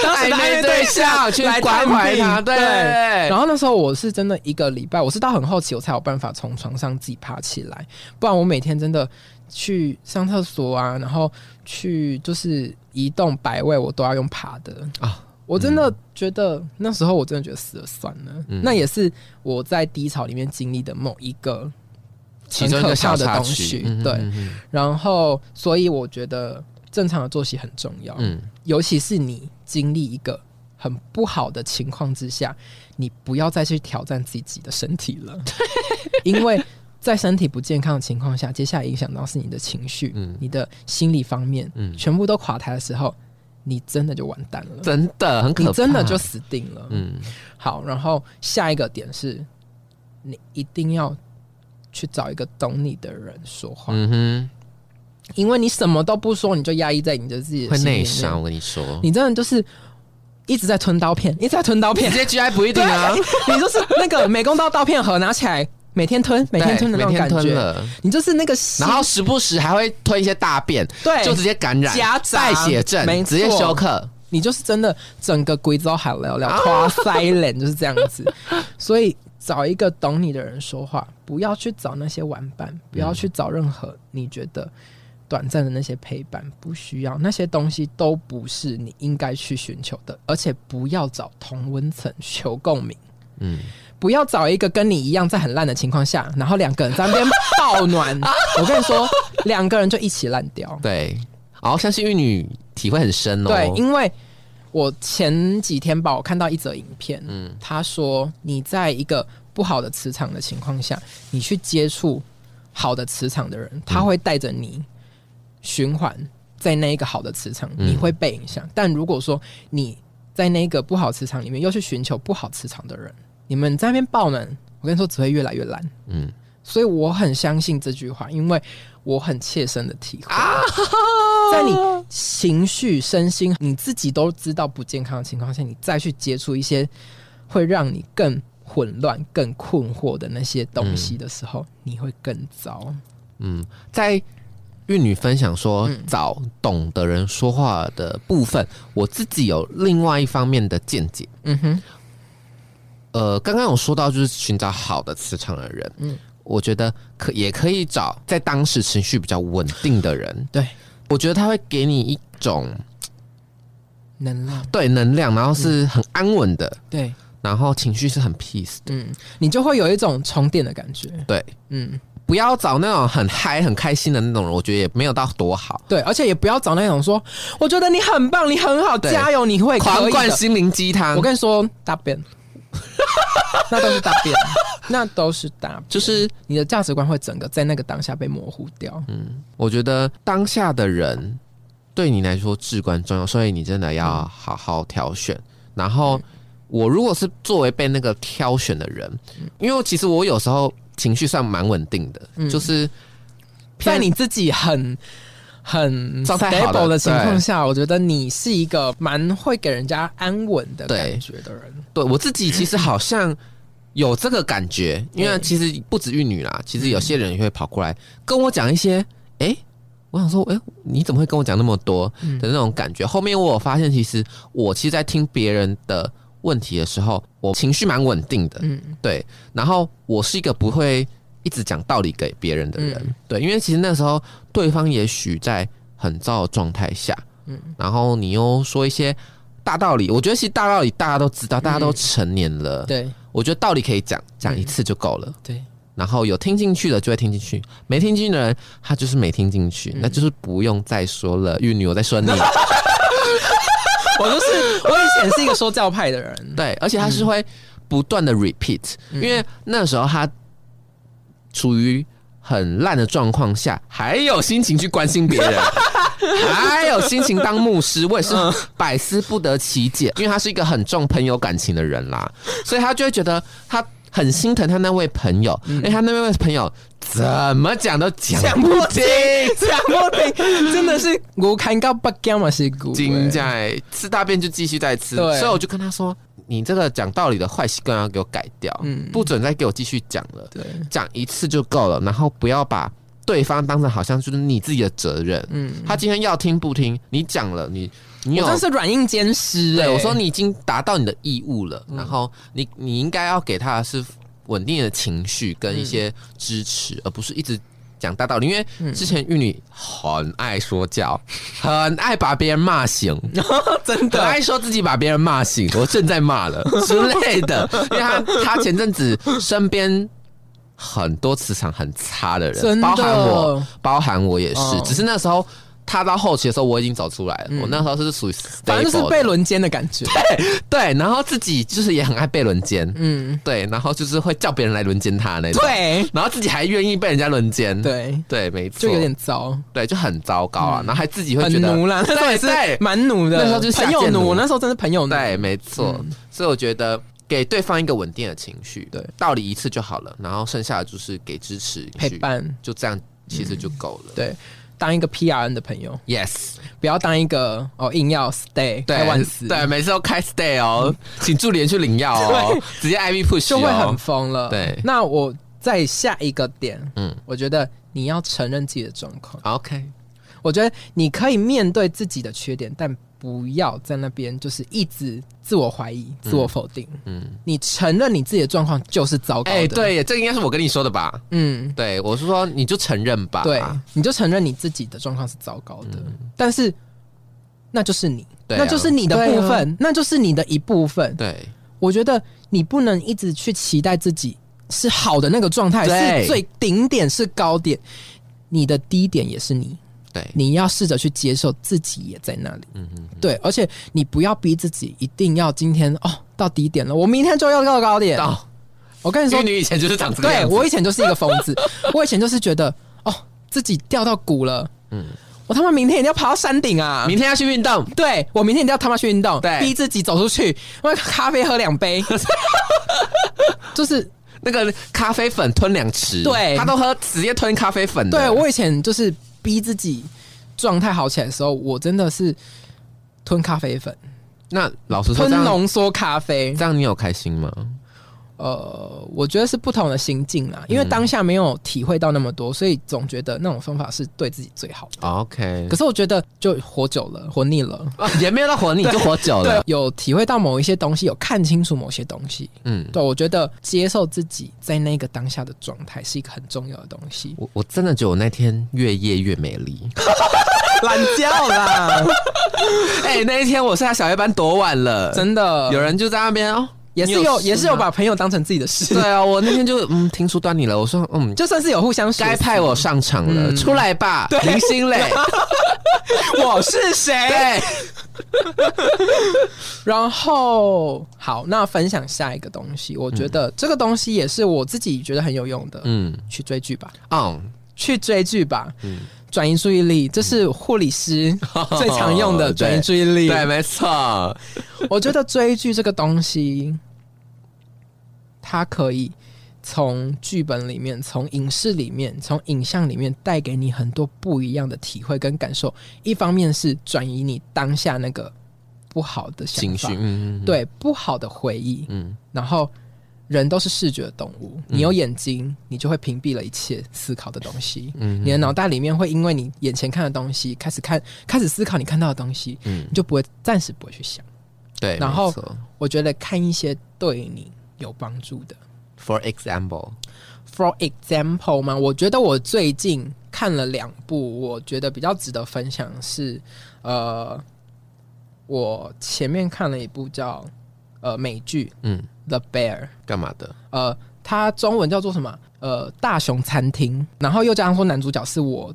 Speaker 2: 当时
Speaker 1: 暧
Speaker 2: 的暧
Speaker 1: 昧
Speaker 2: 昧
Speaker 1: 对
Speaker 2: 对象
Speaker 1: 象去
Speaker 2: 来
Speaker 1: 关
Speaker 2: 探
Speaker 1: 怀
Speaker 2: 病
Speaker 1: 他，对，哎
Speaker 2: 然后那时候我是真的一个礼拜，我是到很后期我才有办法从床上自己爬起来，不然我每天真的去上厕所啊，然后去就是移动摆位，我都要用爬的
Speaker 1: 啊
Speaker 2: 啊。我真的觉得那时候我真的觉得死了算了，那也是我在低潮里面经历的某一个
Speaker 1: 其中一个小
Speaker 2: 很可怕
Speaker 1: 插
Speaker 2: 的东
Speaker 1: 曲
Speaker 2: 西，
Speaker 1: 嗯哼
Speaker 2: 对
Speaker 1: 嗯哼
Speaker 2: 然后，所以我觉得正常的作息很重要。
Speaker 1: 嗯，
Speaker 2: 尤其是你经历一个很不好的情况之下，你不要再去挑战自己的身体 了，因为在身体不健康的情况下，接下来影响到是你的情绪、
Speaker 1: 嗯
Speaker 2: 你的心理方面，
Speaker 1: 嗯
Speaker 2: 全部都垮台的时候，你真的就完蛋了，
Speaker 1: 真的很可怕，
Speaker 2: 你真的就死定了。
Speaker 1: 嗯
Speaker 2: 好，然后下一个点是，你一定要去找一个懂你的人说话，
Speaker 1: 嗯
Speaker 2: 因为你什么都不说，你就压抑在你的自己
Speaker 1: 哼，
Speaker 2: 的
Speaker 1: 会
Speaker 2: 心里
Speaker 1: 内
Speaker 2: 面
Speaker 1: 伤。我跟你说，
Speaker 2: 你真的就是一直在吞刀片，一直在吞刀
Speaker 1: 直
Speaker 2: 片，
Speaker 1: 接 GI 不一定啊，
Speaker 2: 你就是那个美工刀刀片盒拿起来，每天吞，每天吞的
Speaker 1: 对每
Speaker 2: 那种
Speaker 1: 天
Speaker 2: 感
Speaker 1: 吞
Speaker 2: 觉，
Speaker 1: 了，
Speaker 2: 你就是那个心
Speaker 1: 然后时不时还会吞一些大便，
Speaker 2: 对，
Speaker 1: 就直接感染
Speaker 2: 夹杂
Speaker 1: 败血症
Speaker 2: 没，
Speaker 1: 直接
Speaker 2: 错
Speaker 1: 休克。
Speaker 2: 你就是真的整个鬼州海聊聊夸塞脸就是这样子，所以找一个懂你的人说话，不要去找那些玩伴，不要去找任何你觉得短暂的那些陪伴，不需要那些东西都不是你应该去寻求的，而且不要找同温层求共鸣。
Speaker 1: 嗯，
Speaker 2: 不要找一个跟你一样在很烂的情况下，然后两个人在那边抱暖。我跟你说，两个人就一起烂掉。
Speaker 1: 对，然后相信玉女体会很深哦。
Speaker 2: 对，因为我前几天吧，我看到一则影片，
Speaker 1: 嗯
Speaker 2: 嗯，他说你在一个不好的磁场的情况下，你去接触好的磁场的人，他会带着你循环在那一个好的磁场，
Speaker 1: 嗯
Speaker 2: 你会被影响。但如果说你在那个不好磁场里面又去寻求不好磁场的人，你们在那边爆冷，我跟你说只会越来越烂。
Speaker 1: 嗯，
Speaker 2: 所以我很相信这句话，因为我很切身的体会，
Speaker 1: 啊
Speaker 2: 在你情绪、身心你自己都知道不健康的情况下，你再去接触一些会让你更混乱、更困惑的那些东西的时候，你会更糟。
Speaker 1: 在玉女分享说
Speaker 2: 嗯
Speaker 1: 找懂的人说话的部分，我自己有另外一方面的见解。
Speaker 2: 嗯哼，
Speaker 1: 呃，刚刚有说到就是寻找好的磁场的人，嗯
Speaker 2: 嗯，
Speaker 1: 我觉得可也可以找在当时情绪比较稳定的人，
Speaker 2: 对，
Speaker 1: 我觉得他会给你一种
Speaker 2: 能量，
Speaker 1: 对能量，然后是很安稳的，
Speaker 2: 对，
Speaker 1: 然后情绪是很 peace 的，
Speaker 2: 嗯，你就会有一种重电的感觉。
Speaker 1: 对。
Speaker 2: 嗯，
Speaker 1: 不要找那种很嗨、很开心的那种人，我觉得也没有到多好。
Speaker 2: 对，而且也不要找那种说，我觉得你很棒，你很好，
Speaker 1: 对
Speaker 2: 加油，你会可
Speaker 1: 狂
Speaker 2: 以的
Speaker 1: 灌心灵鸡汤
Speaker 2: 我，跟你说，大便，那都是大便，那都是大便，
Speaker 1: 就是
Speaker 2: 你的价值观会整个在那个当下被模糊掉。
Speaker 1: 我觉得当下的人对你来说至关重要，所以你真的要好好挑选。然后，我如果是作为被那个挑选的人，因为其实我有时候情绪算蛮稳定的，
Speaker 2: 嗯
Speaker 1: 就是
Speaker 2: 在
Speaker 1: 偏
Speaker 2: 你自己很很
Speaker 1: 状态好的
Speaker 2: stable 的情况下，我觉得你是一个蛮会给人家安稳的
Speaker 1: 对
Speaker 2: 感觉的人。
Speaker 1: 对我自己其实好像有这个感 觉，因为
Speaker 2: 对嗯
Speaker 1: 其实不止玉女啦，其实有些人也会跑过来跟我讲一些，哎、我想说，哎、你怎么会跟我讲那么多
Speaker 2: 嗯
Speaker 1: 的那种感觉？后面我有发现，其实我其实，在听别人的问题的时候，我情绪蛮稳定的，
Speaker 2: 嗯，
Speaker 1: 对，然后我是一个不会一直讲道理给别人的人，
Speaker 2: 嗯
Speaker 1: 对，因为其实那时候对方也许在很糟的状态下，嗯
Speaker 2: 嗯，
Speaker 1: 然后你又说一些大道理，我觉得其实大道理大家都知道，大家都
Speaker 2: 嗯
Speaker 1: 成年了，
Speaker 2: 对嗯
Speaker 1: 我觉得道理可以讲，讲一次就够了。
Speaker 2: 对，
Speaker 1: 然后有听进去的就会听进去，没听进去的人他就是没听进去，
Speaker 2: 嗯
Speaker 1: 那就是不用再说了。玉女，我在说你，
Speaker 2: 我就是我以前是一个说教派的人。
Speaker 1: 对，而且他是会不断的 repeat，、因为那时候他处于很烂的状况下，还有心情去关心别人，还有心情当牧师，我也是百思不得其解。因为他是一个很重朋友感情的人啦，所以他就会觉得他很心疼他那位朋友，因为他那位朋友怎么讲都讲
Speaker 2: 讲
Speaker 1: 不
Speaker 2: 不
Speaker 1: 听。
Speaker 2: 讲不听，真的是我看到不干嘛是骨。
Speaker 1: 金在吃大便就继续再吃，
Speaker 2: 对
Speaker 1: 所以我就跟他说：“你这个讲道理的坏习惯要给我改掉，
Speaker 2: 嗯
Speaker 1: 不准再给我继续讲了，
Speaker 2: 对，
Speaker 1: 讲一次就够了，然后不要把对方当成好像就是你自己的责任。
Speaker 2: 嗯，
Speaker 1: 他今天要听不听，你讲了，你你
Speaker 2: 我
Speaker 1: 有
Speaker 2: 真是软硬兼施、欸。
Speaker 1: 对我说你已经达到你的义务了，
Speaker 2: 嗯
Speaker 1: 然后你你应该要给他的是稳定的情绪跟一
Speaker 2: 嗯
Speaker 1: 些支持，而不是一直。”讲大道理，因为之前玉女很爱说教，很爱把别人骂醒，
Speaker 2: 真
Speaker 1: 可
Speaker 2: 的，
Speaker 1: 爱说自己把别人骂醒，我正在骂 了之类的，因为他他前阵子身边很多磁场很差的人，
Speaker 2: 真的
Speaker 1: 包含我，包含我也是，
Speaker 2: 嗯
Speaker 1: 只是那时候踏到后期的时候，我已经走出来了。我那时候是属于
Speaker 2: 反正就是
Speaker 1: stable 的
Speaker 2: 被轮奸的感觉。
Speaker 1: 对，然后自己就是也很爱被轮奸，
Speaker 2: 嗯，
Speaker 1: 对，然后就是会叫别人来轮奸他那种，，
Speaker 2: 对
Speaker 1: 然后自己还愿意被人家轮奸，
Speaker 2: 对，
Speaker 1: 对，没错，
Speaker 2: 就有点糟，
Speaker 1: 对，就很糟糕啊，然后还自己会觉
Speaker 2: 很
Speaker 1: 得
Speaker 2: 奴啦。那时候也是
Speaker 1: 对
Speaker 2: 蛮奴的，
Speaker 1: 那时候就是下
Speaker 2: 朋
Speaker 1: 贱奴
Speaker 2: 友奴，那时候真是朋友奴。
Speaker 1: 对，没错，所以我觉得给对方一个稳定的情绪，
Speaker 2: 嗯对，
Speaker 1: 道理一次就好了，然后剩下的就是给支持
Speaker 2: 陪
Speaker 1: 去，
Speaker 2: 伴，嗯
Speaker 1: 就这样其实就够了。
Speaker 2: 对，当一个 PRN 的朋友，
Speaker 1: Yes，
Speaker 2: 不要当一个哦硬要 stay
Speaker 1: 对
Speaker 2: 开万斯，
Speaker 1: 对，，每次都开 stay 哦，请助理人去领药 哦，直接 IV push
Speaker 2: 就会
Speaker 1: 哦
Speaker 2: 很疯了。
Speaker 1: 对
Speaker 2: 那我在下一个点，嗯
Speaker 1: 嗯，
Speaker 2: 我觉得你要承认自己的状况，
Speaker 1: OK，
Speaker 2: 我觉得你可以面对自己的缺点，但不要在那边就是一直自我怀疑、自我否定。
Speaker 1: 嗯，
Speaker 2: 你承认你自己的状况就是糟糕的，
Speaker 1: 哎、，对耶，这应该是我跟你说的吧？
Speaker 2: 嗯。
Speaker 1: 对，我是说你就承认吧。
Speaker 2: 对，你就承认你自己的状况是糟糕的，但是那就是你，
Speaker 1: 嗯对啊
Speaker 2: 那就是你的部分，那就是你的一部分。
Speaker 1: 对
Speaker 2: 我觉得你不能一直去期待自己是好的那个状态，
Speaker 1: 对
Speaker 2: 是最顶点，是高点，你的低点也是你，
Speaker 1: 对，
Speaker 2: 你要试着去接受自己也在那里。
Speaker 1: 嗯哼，
Speaker 2: 对，而且你不要逼自己一定要今天哦到低点了，我明天就要到高点。
Speaker 1: 到
Speaker 2: 我跟你说
Speaker 1: 玉，女以前就是长这个
Speaker 2: 对
Speaker 1: 样子。
Speaker 2: 我以前就是一个疯 子，我以前就是觉得哦自己掉到谷了，嗯
Speaker 1: 嗯，
Speaker 2: 我他妈明天一定要爬到山顶啊！
Speaker 1: 明天要去运动，
Speaker 2: 对我明天一定要他妈去运动，
Speaker 1: 对
Speaker 2: 逼自己走出去，我咖啡喝两 杯，就是
Speaker 1: 那个咖啡粉吞两匙，
Speaker 2: 对
Speaker 1: 他都喝直接吞咖啡粉的。
Speaker 2: 对我以前就是逼自己状态好起来的时候，我真的是吞咖啡粉，
Speaker 1: 那老实说，
Speaker 2: 吞
Speaker 1: 这样
Speaker 2: 浓缩咖啡
Speaker 1: 这，样你有开心吗？
Speaker 2: 呃，我觉得是不同的心境啦，因
Speaker 1: 嗯
Speaker 2: 为当下没有体会到那么多，所以总觉得那种方法是对自己最好的。
Speaker 1: OK，
Speaker 2: 可是我觉得就活久了，活腻了。
Speaker 1: 也没有到活腻，就活久
Speaker 2: 对
Speaker 1: 了，。
Speaker 2: 有体会到某一些东西，有看清楚某些东西。
Speaker 1: 嗯，。
Speaker 2: 对，我觉得接受自己在那个当下的状态是一个很重要的东西
Speaker 1: 我我真的觉得我那天越夜越美丽。
Speaker 2: 懒觉啦，
Speaker 1: 哎、那一天我下小夜班多晚了，
Speaker 2: 真的
Speaker 1: 有人就在那边哦，
Speaker 2: 也是
Speaker 1: 你
Speaker 2: 有
Speaker 1: 事
Speaker 2: 也是有
Speaker 1: 吗？
Speaker 2: 把朋友当成自己的事
Speaker 1: 对，啊，我那天就嗯听出端倪了，我说嗯，
Speaker 2: 就算是有互相学习
Speaker 1: 该派我上场了，
Speaker 2: 嗯
Speaker 1: 出来吧，
Speaker 2: 对
Speaker 1: 林心磊，
Speaker 2: 我是谁？
Speaker 1: 对，
Speaker 2: 然后好，那分享下一个东西，我觉得这个东西也是我自己觉得很有用的，
Speaker 1: 嗯，
Speaker 2: 去追剧吧。
Speaker 1: 哦，
Speaker 2: 去追剧吧，转移注意力，这是护理师嗯 最常用的
Speaker 1: 对
Speaker 2: 转移注意力。
Speaker 1: 对，没错，
Speaker 2: 我觉得追剧这个东西，它可以从剧本里面、从影视里面、从影像里面带给你很多不一样的体会跟感受。一方面是转移你当下那个不好的想
Speaker 1: 情
Speaker 2: 法
Speaker 1: 绪，，嗯，嗯，
Speaker 2: 对不好的回忆，
Speaker 1: 嗯，
Speaker 2: 然后。人都是视觉的动物，你有眼睛，你就会屏蔽了一切思考的东西。
Speaker 1: 嗯
Speaker 2: 你的脑袋里面会因为你眼前看的东西开始看，开始思考你看到的东西，
Speaker 1: 嗯
Speaker 2: 你就不会暂时不会去想。
Speaker 1: 对，
Speaker 2: 然后
Speaker 1: 没错
Speaker 2: 我觉得看一些对你有帮助的
Speaker 1: ，for example，
Speaker 2: ，for example 嘛，我觉得我最近看了两部，我觉得比较值得分享的是，呃，我前面看了一部叫呃美剧
Speaker 1: 嗯，
Speaker 2: 《The Bear》，
Speaker 1: 干嘛的？
Speaker 2: 呃，它中文叫做什么？呃，大熊餐厅。然后又加上说，男主角是我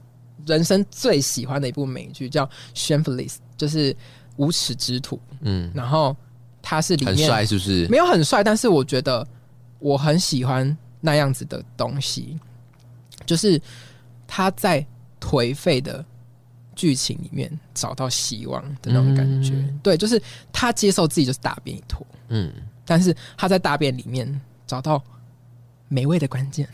Speaker 2: 人生最喜欢的一部美剧，叫《Shameless》，就是无耻之徒。
Speaker 1: 嗯，
Speaker 2: 然后他是里
Speaker 1: 很
Speaker 2: 面
Speaker 1: 帅是不是？
Speaker 2: 没有很帅，但是我觉得我很喜欢那样子的东西，就是他在颓废的剧情里面找到希望的那种感觉。
Speaker 1: 嗯
Speaker 2: 对，就是他接受自己就是大便一坨，
Speaker 1: 嗯，
Speaker 2: 但是他在大便里面找到美味的关键。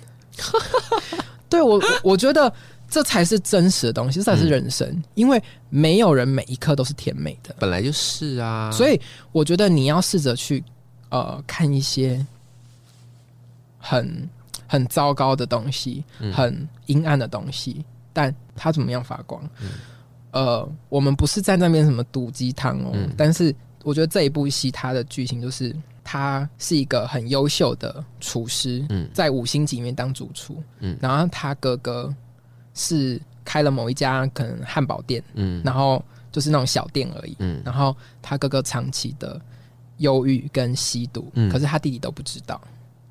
Speaker 2: 对我，我我觉得这才是真实的东西，这才
Speaker 1: 嗯
Speaker 2: 是人生，因为没有人每一刻都是甜美的。
Speaker 1: 本来就是啊，
Speaker 2: 所
Speaker 1: 以
Speaker 2: 以我觉得你要试着去呃看一些很很糟糕的东西，
Speaker 1: 嗯
Speaker 2: 很阴暗的东西，但它怎么样发光？
Speaker 1: 嗯
Speaker 2: 呃，我们不是在那边什么毒鸡汤哦，
Speaker 1: 嗯
Speaker 2: 但是我觉得这一部戏它的剧情就是。他是一个很优秀的厨师，
Speaker 1: 嗯
Speaker 2: 在五星级里面当主厨，
Speaker 1: 嗯
Speaker 2: 然后他哥哥是开了某一家可能汉堡店，
Speaker 1: 嗯
Speaker 2: 然后就是那种小店而已，
Speaker 1: 嗯
Speaker 2: 然后他哥哥长期的忧郁跟吸毒，
Speaker 1: 嗯
Speaker 2: 可是他弟弟都不知道。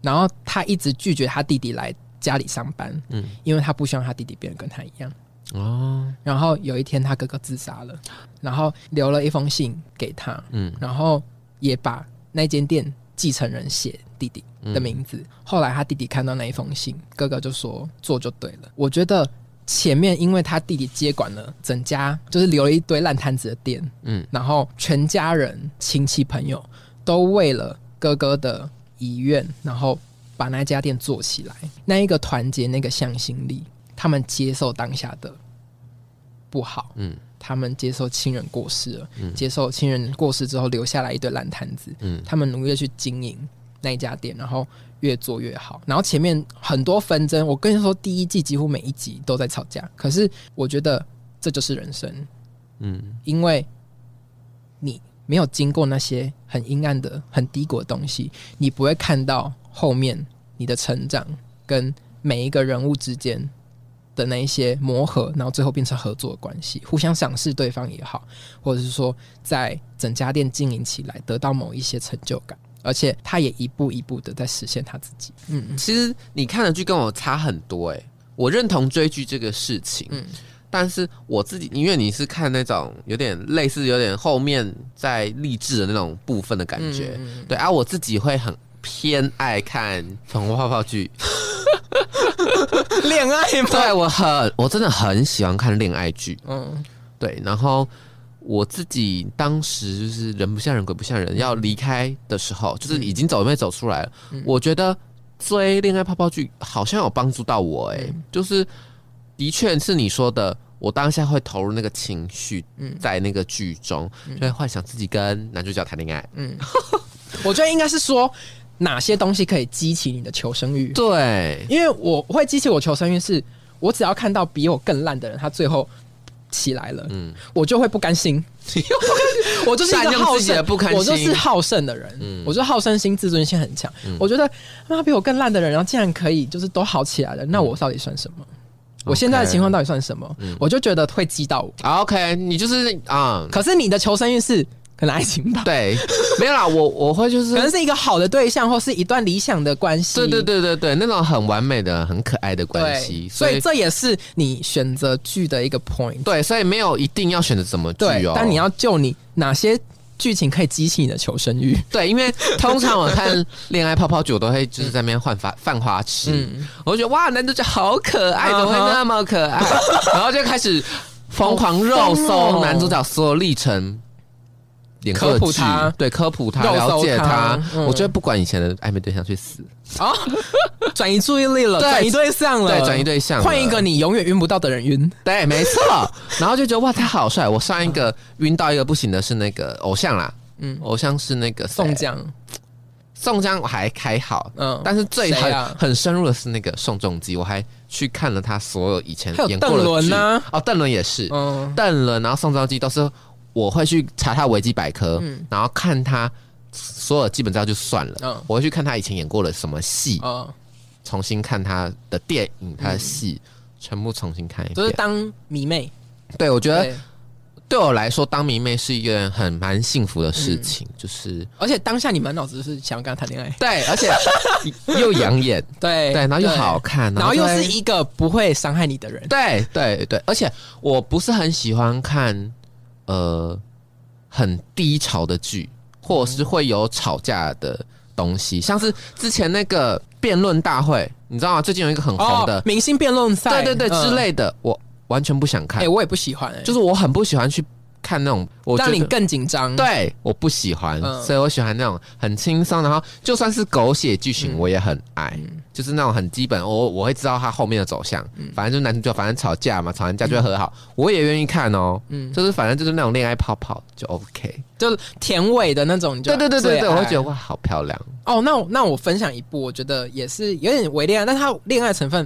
Speaker 2: 然后他一直拒绝他弟弟来家里上班，
Speaker 1: 嗯
Speaker 2: 因为他不希望他弟弟变得跟他一样。
Speaker 1: 哦，
Speaker 2: 然后有一天他哥哥自杀了，然后留了一封信给他，
Speaker 1: 嗯
Speaker 2: 然后也把那间店继承人写弟弟的名
Speaker 1: 嗯
Speaker 2: 字。后来他弟弟看到那一封信，哥哥就说做就对了。我觉得前面因为他弟弟接管了整家，就是留了一堆烂摊子的店，
Speaker 1: 嗯
Speaker 2: 然后全家人、亲戚朋友都为了哥哥的遗愿，然后把那家店做起来。那一个团结，那个向心力，他们接受当下的不好，
Speaker 1: 嗯
Speaker 2: 他们接受亲人过世了，
Speaker 1: 嗯
Speaker 2: 接受亲人过世之后留下来一堆烂摊子，
Speaker 1: 嗯
Speaker 2: 他们努力地去经营那一家店，然后越做越好。然后前面很多纷争，我跟你说，第一季几乎每一集都在吵架，可是我觉得这就是人生，
Speaker 1: 嗯
Speaker 2: 因为你没有经过那些很阴暗的、很低谷的东西，你不会看到后面你的成长跟每一个人物之间的那一些磨合，然后最后变成合作的关系，互相赏识对方也好，或者是说在整家店经营起来得到某一些成就感，而且他也一步一步的在实现他自己。嗯
Speaker 1: 其实你看的剧跟我差很多哎、我认同追剧这个事情，
Speaker 2: 嗯
Speaker 1: 但是我自己因为你是看那种有点类似有点后面在励志的那种部分的感觉，
Speaker 2: 嗯
Speaker 1: 对啊，我自己会很偏爱看粉红泡泡 剧，
Speaker 2: 恋爱吗？
Speaker 1: 对我很我真的很喜欢看恋爱剧，
Speaker 2: 嗯
Speaker 1: 对，然后我自己当时就是人不像人鬼不像人，要离开的时候，就是已经走没走出来了。
Speaker 2: 嗯
Speaker 1: 我觉得追恋爱泡泡剧好像有帮助到我、欸，哎、
Speaker 2: 嗯
Speaker 1: 就是的确是你说的，我当下会投入那个情绪
Speaker 2: 嗯
Speaker 1: 在那个剧中，就会幻想自己跟男主角谈恋爱。
Speaker 2: 嗯，我觉得应该是说哪些东西可以激起你的求生欲。
Speaker 1: 对，
Speaker 2: 因为我会激起我求生欲是，我只要看到比我更烂的人，他最后起来了，
Speaker 1: 嗯，
Speaker 2: 我就会不 甘心。我就是一
Speaker 1: 善
Speaker 2: 个
Speaker 1: 用
Speaker 2: 好
Speaker 1: 自己的
Speaker 2: 胜，
Speaker 1: 不甘心
Speaker 2: 我就是好胜的人，
Speaker 1: 嗯
Speaker 2: 我就是好胜心、自尊心很强。我觉得妈比我更烂的人，然后竟然可以就是都好起来了，
Speaker 1: 嗯
Speaker 2: 那我到底算什么？我现在的情况到底算什么
Speaker 1: 嗯
Speaker 2: 我就觉得会激到我。
Speaker 1: 好，OK，你就是啊、嗯
Speaker 2: 可是你的求生欲是可能爱情吧，
Speaker 1: 对，没有啦，我我会就是
Speaker 2: 可能是一个好的对象，或是一段理想的关系。
Speaker 1: 对对对对对，那种很完美的、很可爱的关
Speaker 2: 对
Speaker 1: 系，
Speaker 2: 所
Speaker 1: 所
Speaker 2: 以
Speaker 1: 以
Speaker 2: 这也是你选择剧的一个 point。
Speaker 1: 对，所以没有一定要选择怎么剧
Speaker 2: 对
Speaker 1: 哦，，
Speaker 2: 但你要救你哪些剧情可以激起你的求 生欲？
Speaker 1: 对，因为通常我看恋爱泡泡剧，我都会就是在那边换发犯花痴，
Speaker 2: 嗯啊
Speaker 1: 我就觉得哇，男主角好可爱，怎么会那么可 爱？然后就开始疯狂肉
Speaker 2: 好疯
Speaker 1: 搜
Speaker 2: 哦
Speaker 1: 男主角所有历程。脸
Speaker 2: 科普他
Speaker 1: 对科普他，
Speaker 2: 肉搜
Speaker 1: 了解
Speaker 2: 他嗯
Speaker 1: 我觉得不管以前的暧昧对象去死，
Speaker 2: 啊，转移注意力了，
Speaker 1: 对
Speaker 2: 转移对象了，
Speaker 1: 对，转移对象了，
Speaker 2: 嗯换一个你永远晕不到的人晕。
Speaker 1: 对，没错。然后就觉得哇，他好帅！我上一个晕到一个不行的是那个偶像啦，
Speaker 2: 嗯
Speaker 1: 嗯，偶像是那个啊
Speaker 2: 宋
Speaker 1: 江，
Speaker 2: 江，
Speaker 1: 宋江我还还好，
Speaker 2: 嗯，
Speaker 1: 但是最
Speaker 2: 谁
Speaker 1: 很、
Speaker 2: 啊
Speaker 1: 很深入的是那个宋仲基，我还去看了他所有以前
Speaker 2: 还有
Speaker 1: 演过的
Speaker 2: 邓伦
Speaker 1: 剧
Speaker 2: 啊，
Speaker 1: 哦，邓伦也是，
Speaker 2: 嗯
Speaker 1: 邓伦，然后宋仲基都是我会去查他维基百科，
Speaker 2: 嗯
Speaker 1: 然后看他所有基本资料就算了，
Speaker 2: 嗯
Speaker 1: 我会去看他以前演过的什么戏，
Speaker 2: 嗯，
Speaker 1: 重新看他的电影、他的戏，全部重新看一遍。
Speaker 2: 就是当迷妹，
Speaker 1: 对，我觉得
Speaker 2: 对，
Speaker 1: 对我来说，当迷妹是一个很蛮幸福的事情，就是
Speaker 2: 而且当下你满脑子就是想要跟他谈恋爱，
Speaker 1: 对，而且 又养 眼，
Speaker 2: 哎对
Speaker 1: 对，然后又好，看，
Speaker 2: 然后又是
Speaker 1: 一
Speaker 2: 一个不会伤害你的人，
Speaker 1: 对对对，而且我不是很喜欢看呃很低潮的剧，或者是会有吵架的东西，像是之前那个辩论大会，你知道吗？最近有一个很红的，
Speaker 2: 哦明星辩论赛，
Speaker 1: 哦对对对、
Speaker 2: 嗯
Speaker 1: 之。类的，我完全不想看，
Speaker 2: 哎，我也不喜欢，哎
Speaker 1: 就是我很不喜欢去看那种，我觉
Speaker 2: 让
Speaker 1: 得
Speaker 2: 你更紧张。
Speaker 1: 对，我不喜欢，
Speaker 2: 嗯
Speaker 1: 所以我喜欢那种很轻松，然后就算是狗血剧情，我也很爱，就是那种很基本，我我会知道它后面的走向。反正就是男主角，反正吵架嘛，吵完架就会和好，我也愿意看哦。
Speaker 2: 嗯
Speaker 1: 就是反正就是那种恋爱泡泡就 OK。
Speaker 2: 就甜味的那种，你就
Speaker 1: 对对对对
Speaker 2: 最
Speaker 1: 对，
Speaker 2: 爱
Speaker 1: 我会觉得哇，好漂亮。
Speaker 2: 哦，那我那我分享一部，我觉得也是有点微恋爱，但它恋爱成分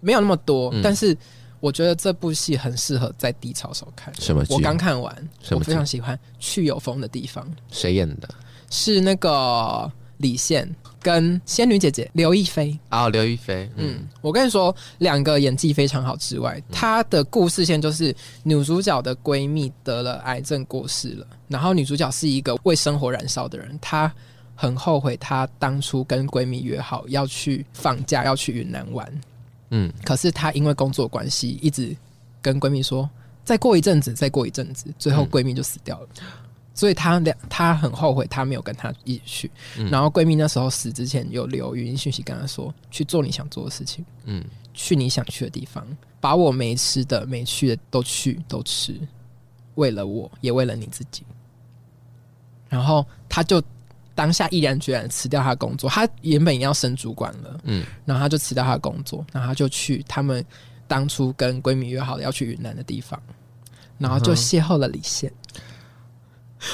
Speaker 2: 没有那么多，
Speaker 1: 嗯
Speaker 2: 但是我觉得这部戏很适合在低潮时候看。
Speaker 1: 什么剧
Speaker 2: 我刚看完，
Speaker 1: 什
Speaker 2: 我
Speaker 1: 么
Speaker 2: 非
Speaker 1: 剧
Speaker 2: 常喜欢《去有风的地方》，
Speaker 1: 谁演的？
Speaker 2: 是那个李现跟仙女姐姐刘亦菲。
Speaker 1: 哦，刘亦菲。嗯，
Speaker 2: 嗯，我跟你说，两个演技非常好之外，她的故事线就是女主角的闺蜜得了癌症过世了，然后女主角是一个为生活燃烧的人，她很后悔她当初跟闺蜜约好要去放假要去云南玩，
Speaker 1: 嗯
Speaker 2: 可是她因为工作关系一直跟闺蜜说，再过一阵子，再过一阵子，最后
Speaker 1: 嗯
Speaker 2: 闺蜜就死掉了。所以她两她很后悔，她没有跟她一起去。
Speaker 1: 嗯
Speaker 2: 然后闺蜜那时候死之前有留语音讯息跟她说，去做你想做的事情，
Speaker 1: 嗯，
Speaker 2: 去你想去的地方，把我没吃的、没去的都去都吃，为了我也为了你自己。然后她就当下毅然决然地辞掉她的工作，她原本也要升主管了，
Speaker 1: 嗯
Speaker 2: 嗯，然后她就辞掉她的工作，然后她就去他们当初跟闺蜜约好的要去云南的地方，然后就邂逅了李现。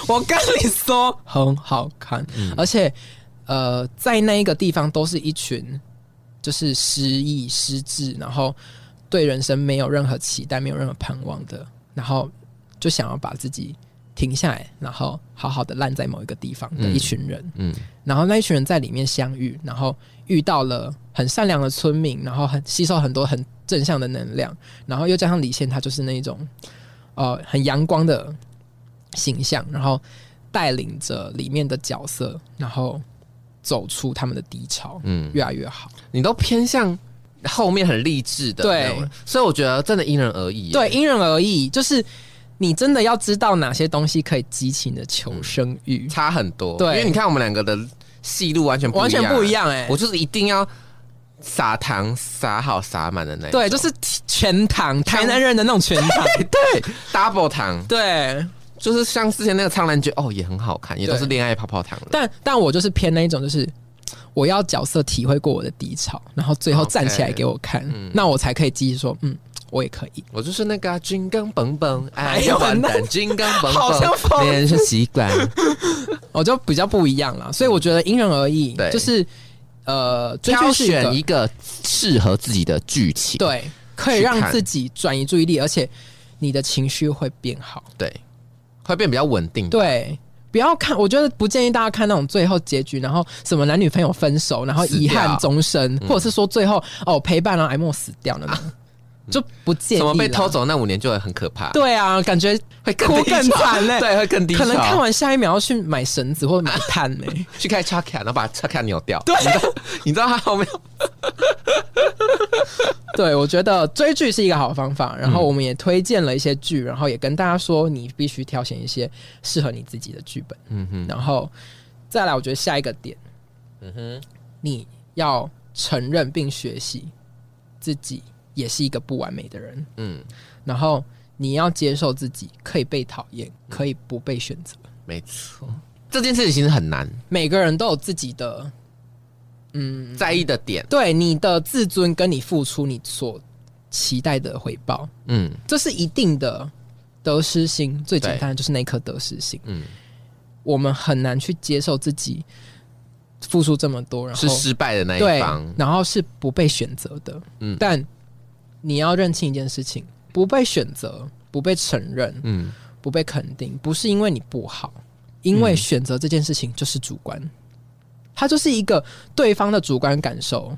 Speaker 2: 我跟你说，很好看，而且呃，在那一个地方都是一群就是失意、失智，然后对人生没有任何期待、没有任何盼望的，然后就想要把自己停下来，然后好好的烂在某一个地方的一群人。
Speaker 1: 嗯
Speaker 2: 然后那一群人在里面相遇，然后遇到了很善良的村民，然后很吸收很多很正向的能量，然后又加上李现他就是那一种呃很阳光的形象，然后带领着里面的角色，然后走出他们的低潮，
Speaker 1: 嗯，
Speaker 2: 越来越好。
Speaker 1: 你都偏向后面很励志的，
Speaker 2: 对，
Speaker 1: 所以我觉得真的因人而异耶，
Speaker 2: 对，因人而异，就是你真的要知道哪些东西可以激起你的求生欲，
Speaker 1: 差很多，
Speaker 2: 对
Speaker 1: 因为你看我们两个的戏路完嗯全不
Speaker 2: 完全不一
Speaker 1: 样，
Speaker 2: 样哎、
Speaker 1: 我就是一定要撒糖撒好撒满的那一种，
Speaker 2: 对，就是全糖，台南人的那种全 糖，
Speaker 1: double 糖，
Speaker 2: 对。
Speaker 1: 就是像之前那个苍兰诀哦也很好看，也都是恋爱泡泡糖了，
Speaker 2: 但但我就是偏那一种，就是我要角色体会过我的低潮，然后最后站起来给我看
Speaker 1: 嗯
Speaker 2: 那我才可以继续说，嗯，我也可以。
Speaker 1: 我就是那个啊金刚本本，哎
Speaker 2: 哎呦
Speaker 1: 呀完
Speaker 2: 那
Speaker 1: 蛋，金刚本
Speaker 2: 好像疯
Speaker 1: 本，没人是习 惯，
Speaker 2: 我就比较不一样啦，所以我觉得因人而异，
Speaker 1: 对
Speaker 2: 就是呃，追
Speaker 1: 挑
Speaker 2: 剧是
Speaker 1: 选
Speaker 2: 一
Speaker 1: 一
Speaker 2: 个
Speaker 1: 个适合自己的剧情，
Speaker 2: 对，可以
Speaker 1: 去看
Speaker 2: 让自己转移注意力，而且你的情绪会变好。
Speaker 1: 对，会变比较稳定，
Speaker 2: 对，不要看，我觉得不建议大家看那种最后结局，然后什么男女朋友分手，然后
Speaker 1: 死
Speaker 2: 遗憾
Speaker 1: 掉嗯
Speaker 2: 终生，或者是说最后哦陪伴然后艾莫死掉了，就不建议
Speaker 1: 啊什么被
Speaker 2: 啦
Speaker 1: 偷走那五年就会很可怕，
Speaker 2: 对啊，感觉
Speaker 1: 会
Speaker 2: 哭
Speaker 1: 低
Speaker 2: 更
Speaker 1: 潮
Speaker 2: 惨嘞
Speaker 1: 对，会更低潮，
Speaker 2: 可能看完下一秒要去买绳子或者买炭欸呢、
Speaker 1: 去开插卡，然后把插卡扭掉，对，你知道你知道他后面
Speaker 2: 对，我觉得追剧是一个好方法。然后我们也推荐了一些剧，然后也跟大家说，你必须挑选一些适合你自己的剧本。
Speaker 1: 嗯哼，
Speaker 2: 然后再来，我觉得下一个点，
Speaker 1: 嗯哼，
Speaker 2: 你要承认并学习自己也是一个不完美的人，
Speaker 1: 嗯，
Speaker 2: 然后你要接受自己可以被讨厌，可以不被选择。
Speaker 1: 没错，这件事情其实很难
Speaker 2: 每个人都有自己的
Speaker 1: 在意的点，
Speaker 2: 对你的自尊跟你付出你所期待的回报，
Speaker 1: 嗯
Speaker 2: 这是一定的得失心。最简单的就是那颗得失心，
Speaker 1: 嗯，
Speaker 2: 我们很难去接受自己付出这么多，然后
Speaker 1: 是失败的那一
Speaker 2: 对
Speaker 1: 方，，
Speaker 2: 然后是不被选择的。
Speaker 1: 嗯
Speaker 2: 但你要认清一件事情：不被选择、不被承认、
Speaker 1: 嗯，
Speaker 2: 不被肯定，不是因为你不好，因为
Speaker 1: 嗯
Speaker 2: 选择这件事情就是主观，它就是一个对方的主观感受，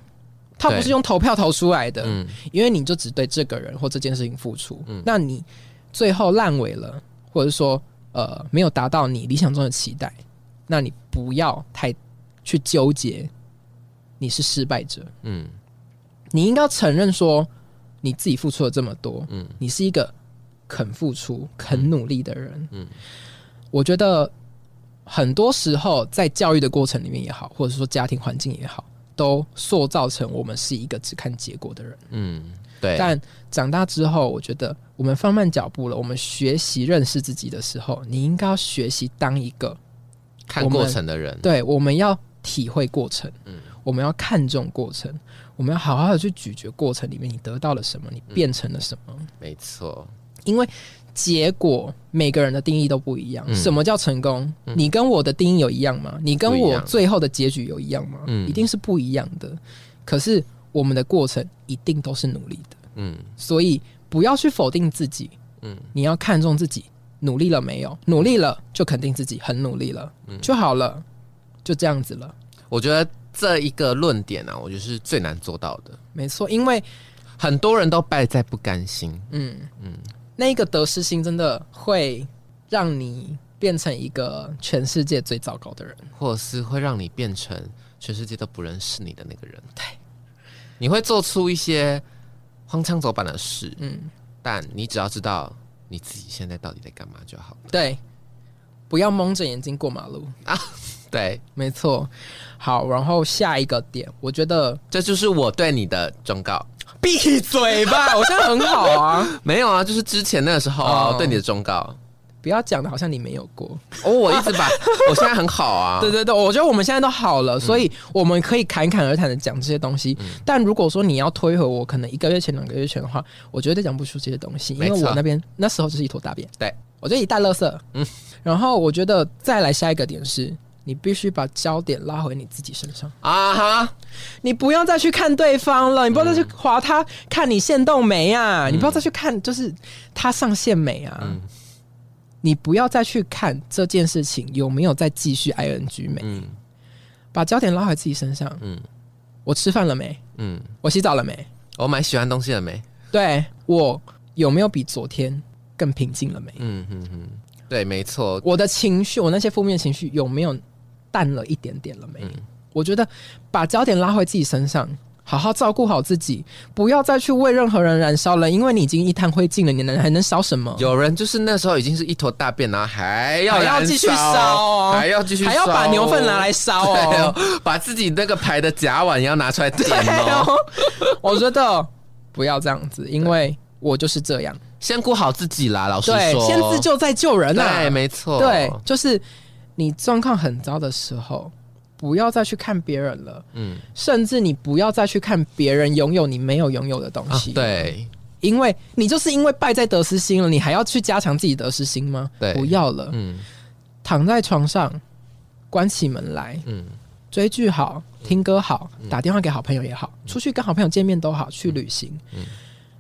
Speaker 2: 它不
Speaker 1: 对
Speaker 2: 是用投票投出来的。
Speaker 1: 嗯，
Speaker 2: 因为你就只对这个人或这件事情付出，
Speaker 1: 嗯
Speaker 2: 那你最后烂尾了，或者说呃没有达到你理想中的期待，那你不要太去纠结你是失败者，
Speaker 1: 嗯，
Speaker 2: 你应该承认说你自己付出了这么多，
Speaker 1: 嗯
Speaker 2: 你是一个肯付出、肯努力的人，
Speaker 1: 嗯
Speaker 2: 我觉得很多时候在教育的过程里面也好，或者说家庭环境也好，都塑造成我们是一个只看结果的人。
Speaker 1: 嗯，对，
Speaker 2: 但长大之后，我觉得我们放慢脚步了。我们学习认识自己的时候，你应该要学习当一个，
Speaker 1: 看
Speaker 2: 我们
Speaker 1: 过程的人，
Speaker 2: 对，我们要体会过程，
Speaker 1: 嗯
Speaker 2: 我们要看重过程，我们要好好的去咀嚼过程里面你得到了什么，你
Speaker 1: 嗯
Speaker 2: 变成了什么。
Speaker 1: 没错，
Speaker 2: 因为结果每个人的定义都不一样。
Speaker 1: 嗯
Speaker 2: 什么叫成功？你跟我的定义有一样吗？你跟
Speaker 1: 不一
Speaker 2: 我
Speaker 1: 样
Speaker 2: 最后的结局有一样吗？
Speaker 1: 嗯
Speaker 2: 一定是不一样的。可是我们的过程一定都是努力的。
Speaker 1: 嗯
Speaker 2: 所以不要去否定自己，
Speaker 1: 嗯
Speaker 2: 你要看重自己努力了没有，努力了就肯定自己很努力了、
Speaker 1: 嗯
Speaker 2: 就好了，就这样子了，
Speaker 1: 我觉得这一个论点啊，我觉得是最难做到的，
Speaker 2: 没错，因为
Speaker 1: 很多人都败在不甘心，
Speaker 2: 嗯嗯，那一个得失心真的会让你变成一个全世界最糟糕的人，
Speaker 1: 或者是会让你变成全世界都不认识你的那个人。对，你会做出一些荒腔走板的事，
Speaker 2: 嗯，
Speaker 1: 但你只要知道你自己现在到底在干嘛就好了。
Speaker 2: 对，不要蒙着眼睛过马路，
Speaker 1: 对，
Speaker 2: 没错。好，然后下一个点，我觉得
Speaker 1: 这就是我对你的忠告。
Speaker 2: 闭嘴吧，我现在很好啊，
Speaker 1: 没有啊，就是之前那个时候啊，
Speaker 2: 哦
Speaker 1: 我对你的忠告。
Speaker 2: 不要讲的好像你没有过。
Speaker 1: 哦，我一直 把，我现在很好啊。嗯
Speaker 2: 对对对，我觉得我们现在都好了，所以我们可以侃侃而谈的讲这些东西。但如果说你要推回我，可能一个月前、两个月前的话，我绝对讲不出这些东西，因为
Speaker 1: 没错
Speaker 2: 我那边那时候就是一坨大便，
Speaker 1: 对
Speaker 2: 我就一袋垃圾。嗯，然后我觉得再来下一个点是。你必须把焦点拉回你自己身上，
Speaker 1: 啊哈，
Speaker 2: 你不要再去看对方了，你不要再去划他、看你线动没啊，你不要再去看就是他上线没啊，
Speaker 1: 嗯
Speaker 2: 你不要再去看这件事情有没有再继续 ing 美，
Speaker 1: 嗯
Speaker 2: 把焦点拉回自己身上。
Speaker 1: 嗯
Speaker 2: 我吃饭了没？
Speaker 1: 嗯，
Speaker 2: 我洗澡了没？
Speaker 1: 哦我买喜欢东西了没？
Speaker 2: 对我有没有比昨天更平静了没？
Speaker 1: 嗯嗯嗯，对，没错，
Speaker 2: 我的情绪，我那些负面情绪有没有淡了一点点了
Speaker 1: 嗯
Speaker 2: 没？我觉得把焦点拉回自己身上，好好照顾好自己，不要再去为任何人燃烧了，因为你已经一滩灰烬了，你能还能烧什么？
Speaker 1: 有人就是那时候已经是一坨大便，然后还要
Speaker 2: 还要
Speaker 1: 燃
Speaker 2: 继续烧
Speaker 1: 烧，
Speaker 2: 哦
Speaker 1: 还要继续，
Speaker 2: 还要把牛粪拿来。烧
Speaker 1: 对
Speaker 2: 哦！
Speaker 1: 哦，把自己那个牌的甲烷也要拿出来点
Speaker 2: 对
Speaker 1: 哦。
Speaker 2: 哦， 我觉得不要这样子，因为我就是这样。
Speaker 1: 先顾好自己啦，老实
Speaker 2: 对，
Speaker 1: 说，
Speaker 2: 先自救再救人啊！
Speaker 1: 对，没错，啊
Speaker 2: 对，就是你状况很糟的时候，不要再去看别人了，
Speaker 1: 嗯
Speaker 2: 甚至你不要再去看别人拥有你没有拥有的东
Speaker 1: 啊
Speaker 2: 西。，
Speaker 1: 对，
Speaker 2: 因为你就是因为败在得失心了，你还要去加强自己得失心吗？
Speaker 1: 对
Speaker 2: 不要了，
Speaker 1: 嗯
Speaker 2: 躺在床上，关起门来，
Speaker 1: 嗯
Speaker 2: 追剧好，听歌好，打电话给好朋友也好，
Speaker 1: 嗯
Speaker 2: 出去跟好朋友见面都好，去旅行，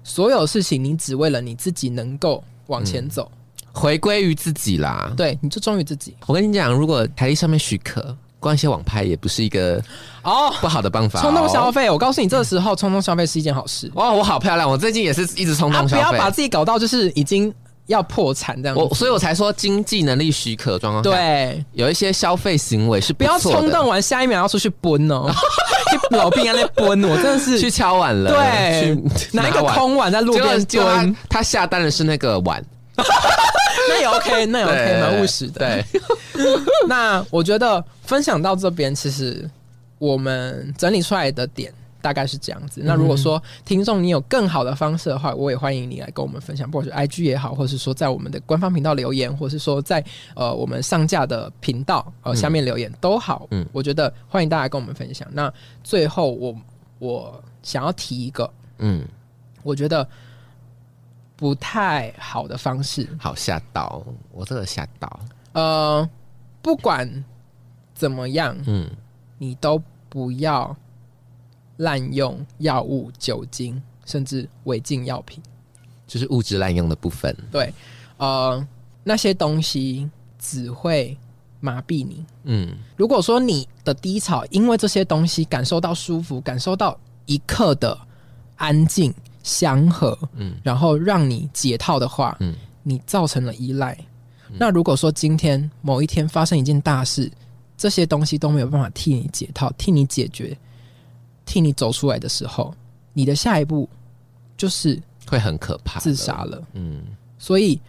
Speaker 2: 所有事情你只为了你自己能够往
Speaker 1: 嗯
Speaker 2: 前走，
Speaker 1: 回归于自己啦。
Speaker 2: 对，你就忠于自己。
Speaker 1: 我跟你讲，如果台历上面许可，逛一些网拍也不是一个
Speaker 2: 哦、
Speaker 1: 不好的办法、哦。
Speaker 2: 冲动消费，我告诉你，这个时候冲动消费是一件好事。
Speaker 1: 哇，我好漂亮！我最近也是一直冲
Speaker 2: 啊，
Speaker 1: 动
Speaker 2: 不
Speaker 1: 消
Speaker 2: 要
Speaker 1: 费，
Speaker 2: 把自己搞到就是已经要破产这样
Speaker 1: 我
Speaker 2: 子。
Speaker 1: 所以我才说经济能力许可状况下，
Speaker 2: 对，
Speaker 1: 有一些消费行为是
Speaker 2: 不要
Speaker 1: 错的
Speaker 2: 冲动完下一秒要出去奔哦，去老病人在奔，哦我真的
Speaker 1: 去
Speaker 2: 是
Speaker 1: 敲碗了，
Speaker 2: 对
Speaker 1: 去
Speaker 2: 拿一个
Speaker 1: 碗。
Speaker 2: 空碗在路
Speaker 1: 结果
Speaker 2: 边
Speaker 1: 结果他
Speaker 2: 蹲，
Speaker 1: 他下单的是那个 碗，
Speaker 2: 那也 OK，那 也 OK，
Speaker 1: 对
Speaker 2: 蛮务实的。
Speaker 1: 对，
Speaker 2: 那我觉得分享到这边，其实我们整理出来的点大概是这样子。那如果说听众你有更好的方式的话，我也欢迎你来跟我们分享，不管是 IG 也好，或是说在我们的官方频道留言，或是说在呃我们上架的频道呃下面留言都好。
Speaker 1: 嗯
Speaker 2: 嗯，我觉得欢迎大家跟我们分享。那最后我我想要提一个，
Speaker 1: 嗯，
Speaker 2: 我觉得不太好的方式，
Speaker 1: 好吓到，我真的吓到，
Speaker 2: 呃，不管怎么样，
Speaker 1: 嗯
Speaker 2: 你都不要滥用药物、酒精，甚至违禁药品。
Speaker 1: 就是物质滥用的部分，
Speaker 2: 对，呃，那些东西只会麻痹你。
Speaker 1: 嗯
Speaker 2: 如果说你的低潮因为这些东西感受到舒服，感受到一刻的安静、祥和，
Speaker 1: 嗯
Speaker 2: 然后让你解套的话，
Speaker 1: 嗯
Speaker 2: 你造成了依赖。那如果说今天某一天发生一件大事，这些东西都没有办法替你解套、替你解决、替你走出来的时候，你的下一步就是
Speaker 1: 会很可怕，
Speaker 2: 自杀，了。
Speaker 1: 嗯
Speaker 2: 所以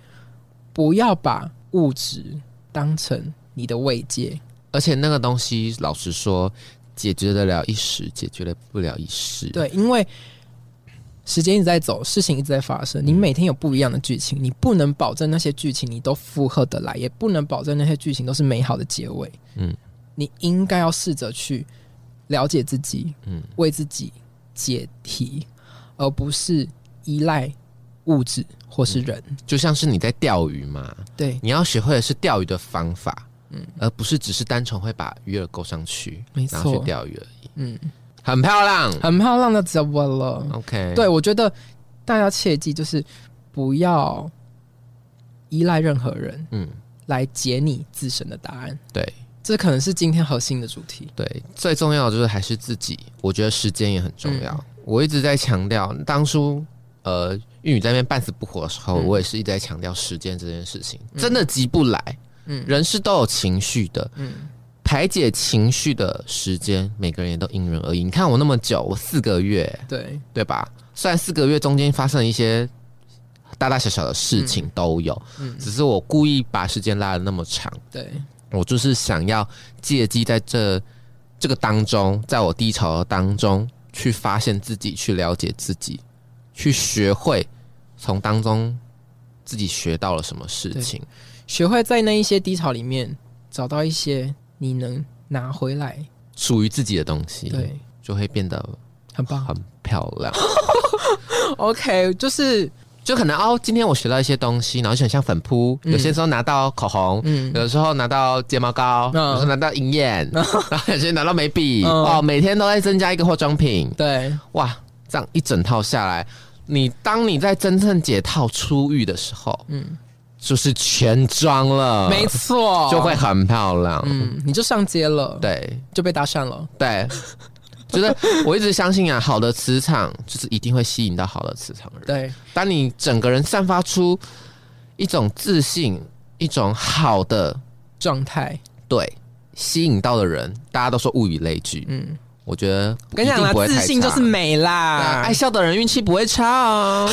Speaker 2: 不要把物质当成你的慰藉。
Speaker 1: 而且那个东西，老实说，解决得了一时，解决了不了一世。，
Speaker 2: 对，因为时间一直在走，事情一直在发生，你每天有不一样的剧情，你不能保证那些剧情你都负荷得来，也不能保证那些剧情都是美好的结尾。
Speaker 1: 嗯
Speaker 2: 嗯，你应该要试着去了解自己，
Speaker 1: 嗯
Speaker 2: 嗯，为自己解题，而不是依赖物质或是人。
Speaker 1: 就像是你在钓鱼嘛，
Speaker 2: 对，
Speaker 1: 你要学会的是钓鱼的方法，嗯，而不是只是单纯会把鱼饵勾上去，
Speaker 2: 没
Speaker 1: 然后
Speaker 2: 错
Speaker 1: 去钓鱼而已。
Speaker 2: 嗯，
Speaker 1: 很漂亮。
Speaker 2: 很漂亮的怎么了？
Speaker 1: OK，
Speaker 2: 对，我觉得大家切记就是不要依赖任何人。
Speaker 1: 嗯，
Speaker 2: 来解你自身的答案。
Speaker 1: 对
Speaker 2: 这可能是今天核心的主题。
Speaker 1: 对，最重要的就是还是自己，我觉得时间也很重要。
Speaker 2: 嗯
Speaker 1: 我一直在强调，当初呃玉女在那边半死不活的时候，
Speaker 2: 嗯
Speaker 1: 我也是一直在强调时间这件事情，真的急不来。
Speaker 2: 嗯
Speaker 1: 人是都有情绪的，
Speaker 2: 嗯，
Speaker 1: 排解情绪的时间，每个人也都因人而异。你看我那么久，我四个月，
Speaker 2: 对
Speaker 1: 对吧？虽然四个月中间发生一些大大小小的事情都有，
Speaker 2: 嗯
Speaker 1: 只是我故意把时间拉的那么长，
Speaker 2: 对，
Speaker 1: 我就是想要借机在这这个当中，在我低潮的当中去发现自己，去了解自己，去学会从当中自己学到了什么事情。
Speaker 2: 学会在那一些低潮里面找到一些你能拿回来，
Speaker 1: 属于自己的东西，
Speaker 2: 对，
Speaker 1: 就会变得
Speaker 2: 很棒。
Speaker 1: 很漂亮。
Speaker 2: OK，就是
Speaker 1: 就可能哦，今天我学到一些东西，然后就很像粉扑，
Speaker 2: 嗯
Speaker 1: 有些时候拿到口红。
Speaker 2: 嗯，
Speaker 1: 有的时候拿到睫毛膏，
Speaker 2: 嗯
Speaker 1: 有时候拿到银眼，然后有些拿到眉笔，
Speaker 2: 嗯
Speaker 1: 哦，每天都在增加一个化妆品，
Speaker 2: 对，
Speaker 1: 哇，这样一整套下来，你当你在真正解套出狱的时候，
Speaker 2: 嗯，
Speaker 1: 就是全装了，
Speaker 2: 没错，
Speaker 1: 呃 就会很漂亮，
Speaker 2: 嗯，你就上街了，，
Speaker 1: 对
Speaker 2: 就被搭讪了，
Speaker 1: 对，就是我一直相信啊，好的磁场就是一定会吸引到好的磁场的人。
Speaker 2: 对，
Speaker 1: 当你整个人散发出一种自信，一种好的
Speaker 2: 状态，
Speaker 1: 对吸引到的人，大家都说物以类聚，
Speaker 2: 嗯，
Speaker 1: 我觉得
Speaker 2: 我跟你讲
Speaker 1: 一定
Speaker 2: 啦
Speaker 1: 不，会太
Speaker 2: 自信就是
Speaker 1: 差
Speaker 2: 美
Speaker 1: 对啊
Speaker 2: 啦，
Speaker 1: 爱笑的人运气不会差哦。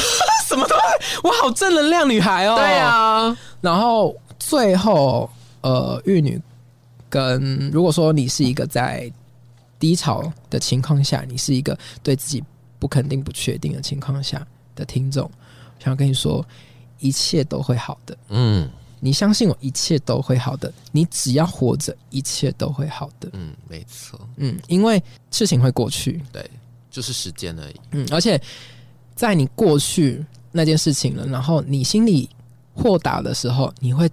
Speaker 2: 什么都会，我好正能量女孩哦，
Speaker 1: 对啊，
Speaker 2: 然后最后，呃，玉女跟如果说你是一个在低潮的情况下，你是一个对自己不肯定、不确定的情况下的听众，想要跟你说，一切都会好的。
Speaker 1: 嗯
Speaker 2: 你相信我，一切都会好的。你只要活着，一切都会好的。
Speaker 1: 嗯，没错，
Speaker 2: 嗯，因为事情会过去。
Speaker 1: 对，就是时间而已。
Speaker 2: 嗯，而且在你过去那件事情了，然后你心里豁达的时候，你会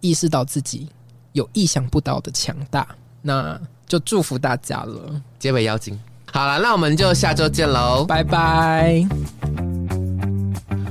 Speaker 2: 意识到自己有意想不到的强大。那就祝福大家了，
Speaker 1: 结尾妖精。好了，那我们就下周见喽。
Speaker 2: 拜拜。